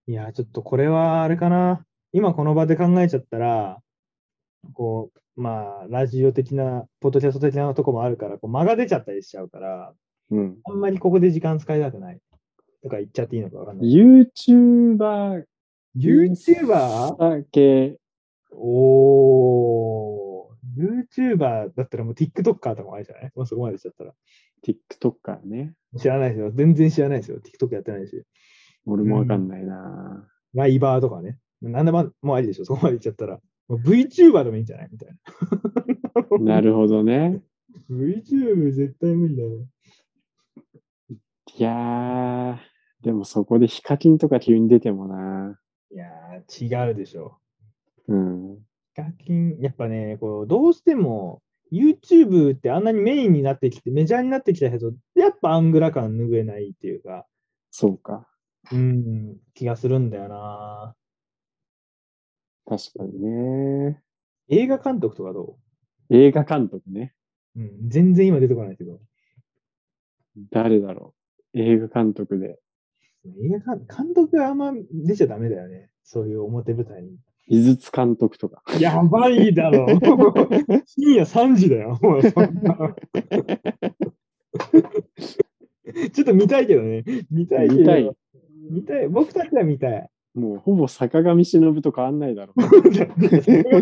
Speaker 4: いや、ちょっとこれはあれかな。今この場で考えちゃったら、こう、まあ、ラジオ的な、ポッドキャスト的なとこもあるから、こう間が出ちゃったりしちゃうから、
Speaker 3: うん。
Speaker 4: あんまりここで時間使いたくない。とか言っちゃっていいのかわかんない。
Speaker 3: YouTuber
Speaker 4: YouTuber?
Speaker 3: 系
Speaker 4: おー。YouTuber だったらもう TikToker とかもあるじゃないもうそこまでしちゃったら。
Speaker 3: TikToker ね。
Speaker 4: 知らないですよ。全然知らないですよ。TikTok やってないし。
Speaker 3: 俺もわかんないな、
Speaker 4: ライバーとかね。なんでももうありでしょ、そこまで言っちゃったら。もう VTuber でもいいんじゃないみたいな。
Speaker 3: なるほどね。
Speaker 4: VTuber 絶対無理だよ。
Speaker 3: いやー、でもそこでヒカキンとか急に出てもな。
Speaker 4: いやー、違うでしょ。
Speaker 3: うん。
Speaker 4: ヒカキン、やっぱね、こうどうしても YouTube ってあんなにメインになってきて、メジャーになってきたけど、やっぱアングラ感拭えないっていうか、
Speaker 3: そうか。
Speaker 4: うん、気がするんだよな。
Speaker 3: 確かにね。
Speaker 4: 映画監督とかど
Speaker 3: 映画監督ね。
Speaker 4: ううん、全然今出てこないけど。
Speaker 3: 誰だろう。映画監督で。
Speaker 4: 映画監監督はあんま出ちゃダメだよね。そういう表舞台に。
Speaker 3: 美術監督とか。
Speaker 4: やばいだろ。 深夜3時だよ。もうそんなちょっと見たいけどね。見たいけど。
Speaker 3: 見たい。
Speaker 4: 見たい僕たちは見たい。
Speaker 3: もうほぼ坂上忍と変わんないだろう。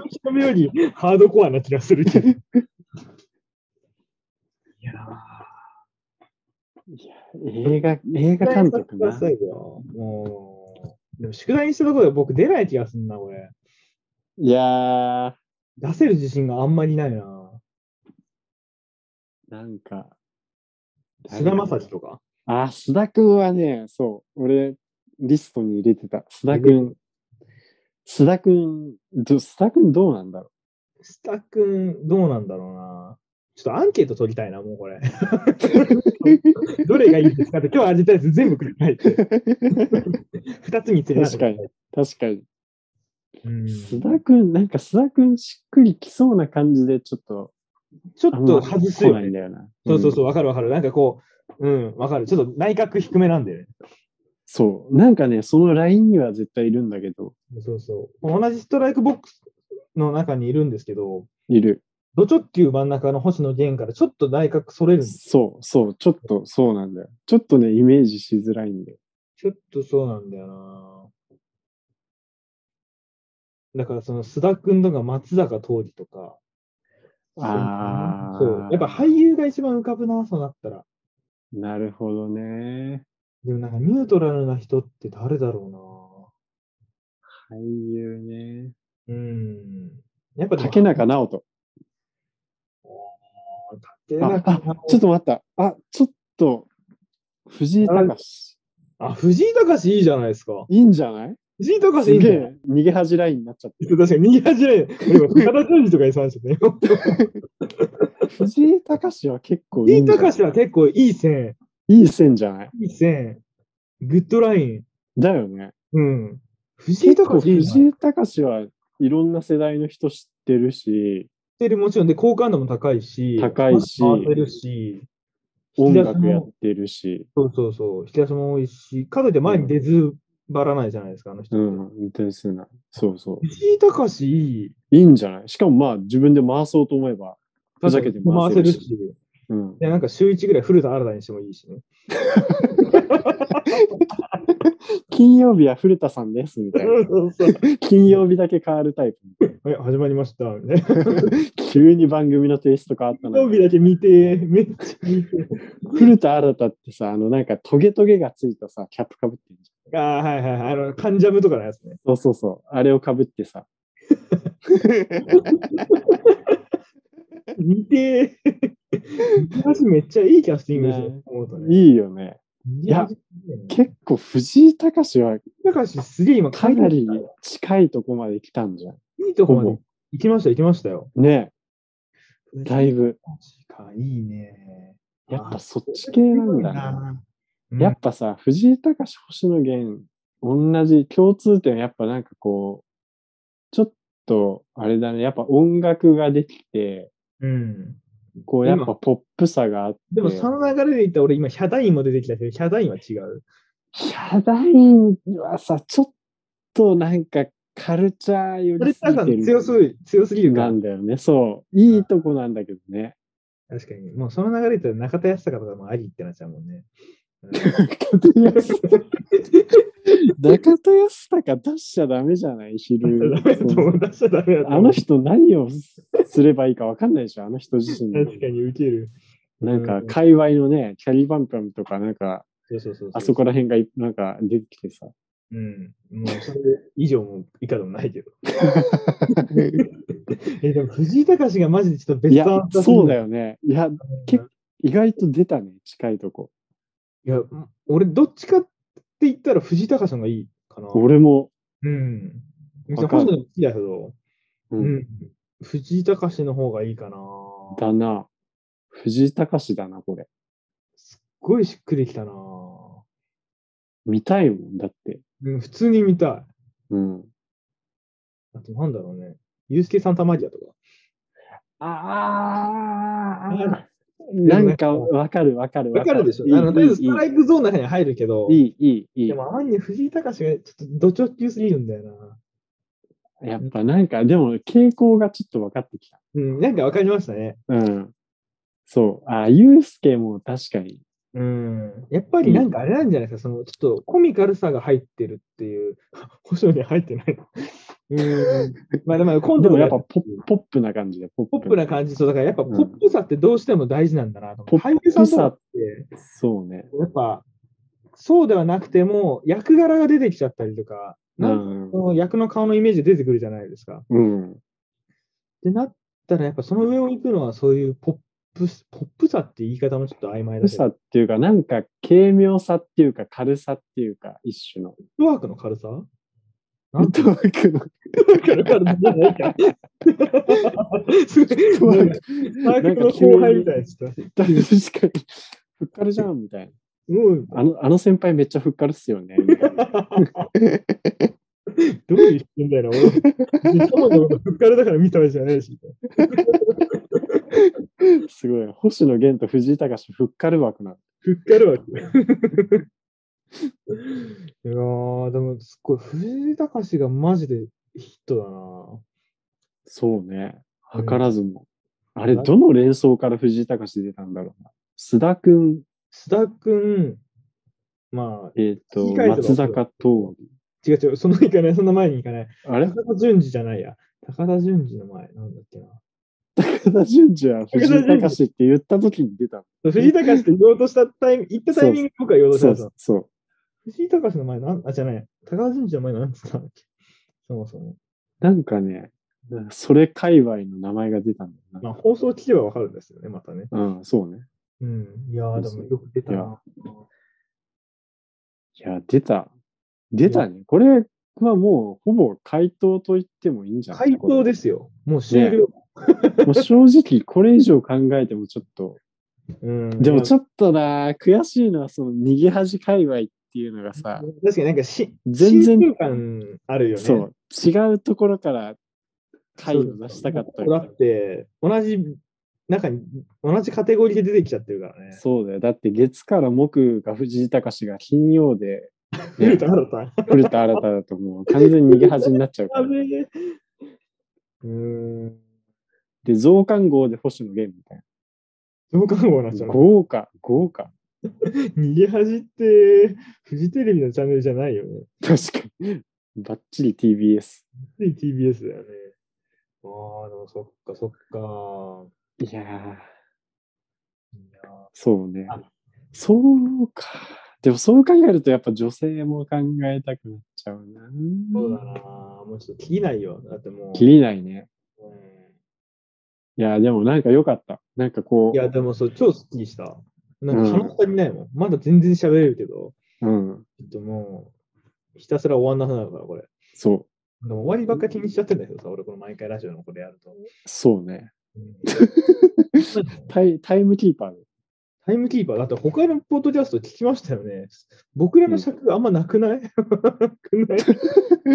Speaker 4: 人よりハードコアな気がするけど。いや
Speaker 3: 映画、映画監督な。
Speaker 4: もう、でも宿題にしたところで僕出ない気がすんな、これ。
Speaker 3: いやー、
Speaker 4: 出せる自信があんまりないな。
Speaker 3: なんか。
Speaker 4: 菅田将暉とか。
Speaker 3: あ、須田くんはね、そう、俺、リストに入れてた。須田くん。須田くん、ど須田くんどうなんだろ
Speaker 4: スタ君、どうなんだろうな。ちょっとアンケート取りたいな、もうこれ。どれがいいですかって、今日味たやつ全部くれないって。
Speaker 3: う
Speaker 4: 二つにつれ
Speaker 3: 確かに。確かに。
Speaker 4: うん
Speaker 3: 須田くん、なんか須田くんしっくりきそうな感じで、ちょっと、
Speaker 4: ちょ
Speaker 3: あ
Speaker 4: っ
Speaker 3: んま
Speaker 4: と
Speaker 3: り
Speaker 4: 外す
Speaker 3: 来
Speaker 4: よ
Speaker 3: ないん
Speaker 4: ね。
Speaker 3: だよな。
Speaker 4: そうそうそう、
Speaker 3: うん。
Speaker 4: わかるわかる。なんかこう、うん、わかる。ちょっと内角低めなんだよね。
Speaker 3: そう。なんかね、そのラインには絶対いるんだけど、
Speaker 4: そうそう。同じストライクボックスの中にいるんですけど、
Speaker 3: いる。
Speaker 4: ド直球真ん中の星野源からちょっと内角それるんです。
Speaker 3: そう、そう、ちょっと、そうなんだよ。ちょっとね、イメージしづらいんだよ。
Speaker 4: ちょっとそうなんだよな。だからその須田君とか松坂桃李とか、
Speaker 3: ああ。
Speaker 4: そう。やっぱ俳優が一番浮かぶな、そうなったら。
Speaker 3: なるほどね。
Speaker 4: でもなんかニュートラルな人って誰だろ
Speaker 3: 俳優ね。
Speaker 4: うな。うん。やっぱでも
Speaker 3: 竹中直人。
Speaker 4: 竹
Speaker 3: あ
Speaker 4: 中
Speaker 3: あ、ちょっと待った。あ、ちょっと、藤井隆。
Speaker 4: あ、藤井隆いいじゃないですか。
Speaker 3: いいんじゃない
Speaker 4: 藤井隆
Speaker 3: す
Speaker 4: いいん
Speaker 3: げ
Speaker 4: だよ。
Speaker 3: え、逃げ恥ラインになっちゃってる。
Speaker 4: 確かに逃げ始める。今、深田淳二とかにそうでしたね。
Speaker 3: 藤井隆は結 構
Speaker 4: 藤
Speaker 3: いい
Speaker 4: 井
Speaker 3: んじゃない
Speaker 4: 隆は結構いい線、
Speaker 3: いい線じゃない
Speaker 4: いい線、グッドライン。
Speaker 3: だよね。
Speaker 4: うん。藤井
Speaker 3: 結構
Speaker 4: 隆いいな
Speaker 3: 藤井隆はいろんな世代の人知ってるし、
Speaker 4: ってるもちろんで、好感度も高いし、
Speaker 3: 高いし
Speaker 4: 回せるし、
Speaker 3: 音楽やってるし、
Speaker 4: そうそうそう、引き出しも多いし、かといって前に出ずばらないじゃないですか、あの人
Speaker 3: う
Speaker 4: って。
Speaker 3: ん、ですな。そうそう。
Speaker 4: 藤井隆いい。
Speaker 3: いいんじゃないしかもまあ自分で回そうと思えば。ふざけて回せるし
Speaker 4: い
Speaker 3: うん。
Speaker 4: や、なんか週一ぐらい古田新太にしてもいい しね。
Speaker 3: 金曜日は古田さんですみたい
Speaker 4: そう
Speaker 3: な。
Speaker 4: そうそう。
Speaker 3: 金曜日だけ変わるタイプ。
Speaker 4: え、始まりました。 ね、
Speaker 3: 急に番組のテイスト変わった
Speaker 4: 金曜
Speaker 3: の
Speaker 4: 日だけ見て、めっちゃ見て。
Speaker 3: 古田新太ってさ、あのなんかトゲトゲがついたさ、キャップかぶってるじ
Speaker 4: ああ、はいはいはい。あの、カンジャムとかのやつね。
Speaker 3: ゃん。そうそうそう。あれをかぶってさ。
Speaker 4: 見て ー。マジめっちゃいいキャスティングですよ
Speaker 3: ね。
Speaker 4: 思うとね。
Speaker 3: いいよね。
Speaker 4: い
Speaker 3: や
Speaker 4: 藤井
Speaker 3: 結構藤井隆は
Speaker 4: 隆すげえ今、
Speaker 3: かなり近いとこまで来たんじゃん。
Speaker 4: いいとこまで行きました、行きましたよ。
Speaker 3: ねえ、だいぶ。
Speaker 4: マジか、いいね。
Speaker 3: やっぱそっち系なんだな。やっぱさ、藤井隆、星野源、同じ共通点、やっぱなんかこう、ちょっと、あれだね、やっぱ音楽ができて、
Speaker 4: うん。
Speaker 3: こう、やっぱポップさがあって。
Speaker 4: でも、その流れで言ったら、俺今、ヒャダインも出てきたけど、ヒャダインは違う。
Speaker 3: ヒャダインはさ、ちょっとなんかカルチャーよ
Speaker 4: それ
Speaker 3: り
Speaker 4: ってなんか
Speaker 3: 過ぎて
Speaker 4: 強すぎ強すぎるか
Speaker 3: な
Speaker 4: ら。
Speaker 3: んだよね。そう。いいとこなんだけどね。
Speaker 4: 確かに。もう、その流れで言ったら、中田康隆とかもありってなっちゃうもんね。うん
Speaker 3: 中田康隆出しちゃダメじゃない 昼
Speaker 4: ダメだと思う。出しちゃダメだと思
Speaker 3: あ
Speaker 4: う
Speaker 3: の人何をすればいいか分かんないでしょ、あの人自身
Speaker 4: 確か
Speaker 3: で。
Speaker 4: にウケる。
Speaker 3: なんか、界隈のね、キャリーバンパムとか、なんか、
Speaker 4: そうそうそうう
Speaker 3: あそこら辺がい、なんか出てきてさ。
Speaker 4: うん。もうそれ以上も以下でもない けど。え、でも藤井隆がマジでちょっと
Speaker 3: い
Speaker 4: 別
Speaker 3: や
Speaker 4: アン、サーする
Speaker 3: そうだ。よね。いや、
Speaker 4: 結
Speaker 3: 結意外と出たね、近いとこ。
Speaker 4: いや、俺どっちかって言ったら藤井隆さんがいいかな。
Speaker 3: 俺も、
Speaker 4: うん。別に
Speaker 3: わかる
Speaker 4: 星野も好きだけど、
Speaker 3: う
Speaker 4: うんん。藤井隆の方がいいかな。すっ
Speaker 3: だな。藤井隆だな、これ。
Speaker 4: ごいしっくりきたな。
Speaker 3: 見たいもんだって。
Speaker 4: うん、普通に見たい。
Speaker 3: うん。
Speaker 4: あとなんだろうね。ユースケ・サンタマリアとか。
Speaker 3: あ
Speaker 4: ー
Speaker 3: なんか、わかるわかる
Speaker 4: わかるでしょ
Speaker 3: いい
Speaker 4: あの、とりあえずストラ
Speaker 3: い
Speaker 4: イクゾーンの中に入るけど、
Speaker 3: い、いい、いい、いい
Speaker 4: で。もあまりに藤井隆がちょっと土直球すぎるんだよな。
Speaker 3: やっぱなんか、でも傾向がちょっと分かってきた。
Speaker 4: うん、なんかわかりましたね。
Speaker 3: うん。そう。あ、ゆうすけも確かに。
Speaker 4: うん。やっぱりなんかあれなんじゃないですか、そのちょっとコミカルさが入ってるっていう、 星野に入ってないの。うん。 まあでも今
Speaker 3: で
Speaker 4: 度
Speaker 3: も
Speaker 4: も
Speaker 3: やっ
Speaker 4: ポ
Speaker 3: ぱポッポップな感じで、ポッ
Speaker 4: ップな感じ、そうだからやっぱポップさってどうしても大事なんだなと思
Speaker 3: ポ
Speaker 4: って。
Speaker 3: ッ
Speaker 4: 俳
Speaker 3: プ
Speaker 4: 優さん
Speaker 3: さ
Speaker 4: とかって、
Speaker 3: そうね。
Speaker 4: やっぱそうではなくても役柄が出てきちゃったりとか、
Speaker 3: う
Speaker 4: なんか
Speaker 3: ん
Speaker 4: そ。の役の顔のイメージ出てくるじゃないですか。
Speaker 3: うん。
Speaker 4: ってなったら、やっぱその上を行くのはそういうポップス、ポップさって言い方もちょっと曖昧
Speaker 3: ポッ
Speaker 4: だ
Speaker 3: プ
Speaker 4: し、
Speaker 3: さっていうか、なんか軽妙さっていうか、軽さっていうか、一種の。
Speaker 4: フットワークの軽さ
Speaker 3: フ ットワークの、フ
Speaker 4: 軽々じゃないか。すご
Speaker 3: ットワ
Speaker 4: い
Speaker 3: ー。ク。
Speaker 4: 大
Speaker 3: な
Speaker 4: 学
Speaker 3: んか
Speaker 4: の後輩みたいな人。
Speaker 3: 急に確かに。ふっかるじゃんみたい
Speaker 4: うん
Speaker 3: な。あの、あの先輩めっちゃふっかるっ すよね。みたいな
Speaker 4: どういう人だよな、俺。そもそもふっかるだから見たわけじゃないし。
Speaker 3: すごい。星野源と藤井隆、ふっかる枠なの。
Speaker 4: ふっかるわけ。いやー、でも、すごい、藤井隆がマジでヒットだな。
Speaker 3: そうね。図らずも。あれ、どの連想から藤井隆出たんだろうな。須田くん、
Speaker 4: 須田くん、まあ、
Speaker 3: えっ、と、
Speaker 4: 聞き返せば
Speaker 3: 松坂桃李。
Speaker 4: 違う違う、そのいかない、その前に行かない。
Speaker 3: あれ
Speaker 4: 高田淳二じゃないや。高田淳二の前、なんだっけな。
Speaker 3: 武田淳治は藤井隆って言った時に出た
Speaker 4: 藤井隆って言おうとしたタイミング、言ったタイミングで僕は言おうとしたん
Speaker 3: そ
Speaker 4: で
Speaker 3: う
Speaker 4: すよ。
Speaker 3: そう。
Speaker 4: 藤井隆の前なん、あ、じゃない。高橋純次の前なんつったんだっけそもそも。
Speaker 3: なんかね、それ界隈の名前が出たん
Speaker 4: ま
Speaker 3: だ
Speaker 4: あ、
Speaker 3: よ
Speaker 4: 放送聞けばわかるんですよね、またね。
Speaker 3: な。うん、そうね。
Speaker 4: うん。いやー、で
Speaker 3: そう
Speaker 4: も
Speaker 3: そう
Speaker 4: よく出た
Speaker 3: い
Speaker 4: な。
Speaker 3: いや、出た。出たね。これはもう、ほぼ回答と言ってもいいんじゃない。
Speaker 4: 回答ですすよ。もう終了。
Speaker 3: もう正直、これ以上考えてもちょっと、
Speaker 4: うん。
Speaker 3: でもち
Speaker 4: ょっ
Speaker 3: ょっとな、悔しいのは、その、逃げ恥界隈っていうのがさ、
Speaker 4: 確かになんかし、
Speaker 3: 全然
Speaker 4: 親近感あるよね。
Speaker 3: そう、違うところから回を出したかった
Speaker 4: だ
Speaker 3: か
Speaker 4: って、同じ、中に、同じカテゴリーで出てきちゃってるから
Speaker 3: ら。
Speaker 4: ね。
Speaker 3: そうだよ。だって、月から木が藤井隆が金曜で、
Speaker 4: 見るとなると。あ
Speaker 3: 古田新太だともう完全に逃げ恥になっちゃうから。
Speaker 4: べえ。うーん。
Speaker 3: で、増刊号で星野源みたい
Speaker 4: 増刊号になっちゃ
Speaker 3: な。
Speaker 4: うの。
Speaker 3: 豪華、豪華。
Speaker 4: 逃げ恥って、フジテレビのチャンネルじゃないよね。
Speaker 3: 確かに。ばっちり TBS。
Speaker 4: つい TBS だよね。ああ、でもそっかそっか。
Speaker 3: いやー、
Speaker 4: いや
Speaker 3: そうね
Speaker 4: あ。
Speaker 3: そうか。でもそう考えるとやっぱ女性も考えたくなっちゃうな。
Speaker 4: そうだな。もうちょっと切りないよ。だってもう。
Speaker 3: 切りないね。
Speaker 4: う
Speaker 3: いやー、でもなんか良かった。なんかこ、
Speaker 4: んいうや、でもそう、超スッキリした。なんか話し足りないもん。まだ全然喋れるけど、
Speaker 3: うん、
Speaker 4: ちょっともう、ひたすら終わんなくなるから、これ。
Speaker 3: そう、
Speaker 4: でも終わりばっか気にしちゃってんだけどさ、俺この毎回ラジオのこれや ると。
Speaker 3: そうね。
Speaker 4: うん
Speaker 3: タイタイムキーパーで。
Speaker 4: タイムキーパー、だって他のポッドキャスト聞きましたよね。僕らの尺があんまなくない、 なくない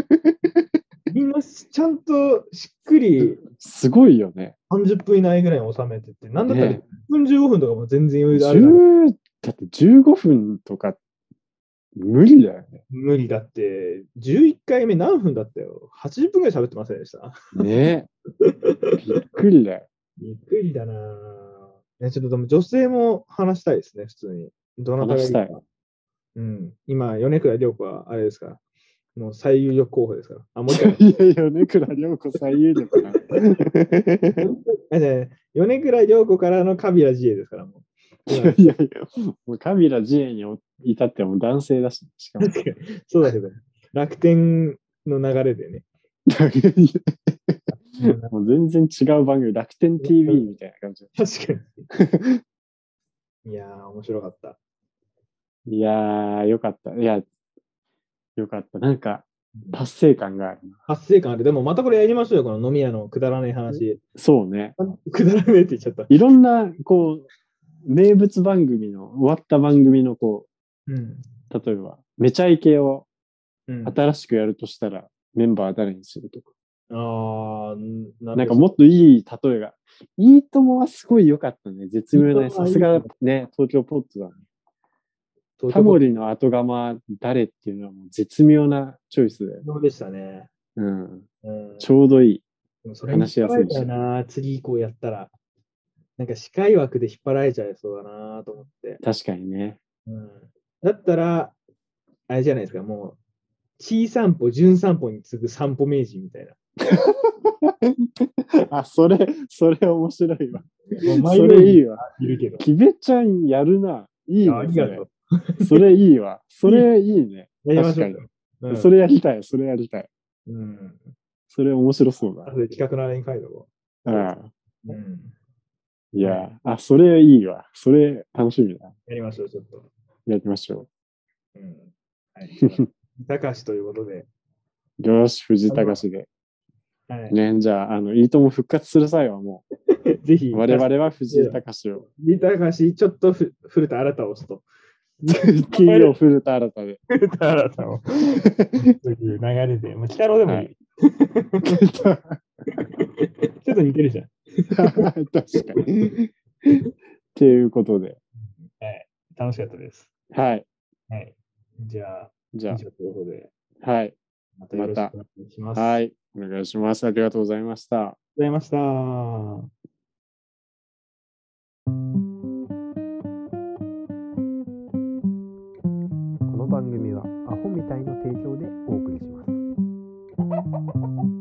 Speaker 4: みんなちゃんとしっくり
Speaker 3: すごいよね。
Speaker 4: 30分以内ぐらいに収めてって、なんだったら1
Speaker 3: ね
Speaker 4: 分15分とかも全然余裕であるから
Speaker 3: 10だって15分とか無理だよね。
Speaker 4: 無理だって、11回目何分だったよ。80分ぐらい喋ってませんでした。
Speaker 3: ねえ。びっくりだ よ。
Speaker 4: びっくりだなぁ。ねちょっとでも女性も話したいですね、普通に。どなたが
Speaker 3: 話
Speaker 4: いい
Speaker 3: した
Speaker 4: か
Speaker 3: い。。
Speaker 4: うん。今、米倉涼子はあれですから、もう最有力候補ですから。あ、もう一回。
Speaker 3: いやいや、米倉涼子最有 力な。
Speaker 4: あじゃあね米倉涼子からのカビラ GA ですから、 もう。
Speaker 3: いやいやいや、もうカビラ・ジエに至ってはもう男性だし、しかも。
Speaker 4: そうだけど、楽天の流れでね。
Speaker 3: もう全然違う番組、楽天 TV みたいな感じ。
Speaker 4: 確かに。いやー、面白かった。
Speaker 3: いやー、よかった。いや、よかった。なんか、達成感があるな。
Speaker 4: 発生感ある。でも、またこれやりましょうよ、この飲み屋のくだらない話。
Speaker 3: そうね。
Speaker 4: くだらねえって言っちゃった。
Speaker 3: いろんな、こう、名物番組の、終わった番組の、こ
Speaker 4: うん。
Speaker 3: う、例えば、めちゃイケを
Speaker 4: うん、あ
Speaker 3: 新しくやるとしたら、メンバーは誰にするとか。
Speaker 4: あー、な
Speaker 3: なんかもっといい例えが。いいともはすごい良かったね。絶妙だ
Speaker 4: いい
Speaker 3: ね。
Speaker 4: ともは
Speaker 3: さ
Speaker 4: いい
Speaker 3: すがね、東京ポットだね。
Speaker 4: う、
Speaker 3: タモリの後釜誰っていうのはもう絶妙なチョイスだよ。
Speaker 4: そうでしたね。
Speaker 3: うん。
Speaker 4: うん、
Speaker 3: ちょうどい
Speaker 4: でもそれ
Speaker 3: 話しやすいし
Speaker 4: 引っ張られちゃうな、次以降やったら。なんか司会枠で引っ張られちゃいそうだなと思って。
Speaker 3: い。確かにね。
Speaker 4: うんだったら、あれじゃないですか、もう、小散歩、純散歩に次ぐ散歩名人みたいな。
Speaker 3: あ、それ、それ面白いわ。そ
Speaker 4: そ
Speaker 3: れ
Speaker 4: れ
Speaker 3: い
Speaker 4: い
Speaker 3: いわ。
Speaker 4: るけど。
Speaker 3: キベちゃんやるな。いい
Speaker 4: あ
Speaker 3: ね
Speaker 4: り
Speaker 3: そ
Speaker 4: がと
Speaker 3: れ。それいいわ。それいいね。
Speaker 4: う。やりましょうよ。うん
Speaker 3: それやりたい。それやりたい。
Speaker 4: うん。
Speaker 3: それ面白そう
Speaker 4: あとで企画のあれに書いとこ
Speaker 3: だ。う
Speaker 4: う。う
Speaker 3: ん。
Speaker 4: ん。
Speaker 3: いや、あ、それいいわ。それ楽しみだ。
Speaker 4: やりましょう、ちょっと。
Speaker 3: やりましょ
Speaker 4: うん。はい。 高橋ということで。
Speaker 3: う。よし、藤井隆で。
Speaker 4: はい。
Speaker 3: ね、じゃあ、あの、いいとも復活する際はも
Speaker 4: ぜひ、
Speaker 3: う、我々は藤井隆を、
Speaker 4: リタカシ、ちょっとふ古田新太を押すと。
Speaker 3: 金曜古田新たで、
Speaker 4: 古田新太を。 という流れで。まあ、北郎でもいい。 ちょっと似てるじゃん。
Speaker 3: 確かに。っていうことで、
Speaker 4: 楽しかったです。
Speaker 3: はい。
Speaker 4: はい。じゃあ、
Speaker 3: じゃ
Speaker 4: 以上ということで、
Speaker 3: あ、はい。
Speaker 4: またよろしくお願いします。あ
Speaker 3: は
Speaker 4: りがと
Speaker 3: い。お願いします。ありがとうございました。
Speaker 4: うございました。
Speaker 5: この番組はアホみたいの提供でお送りします。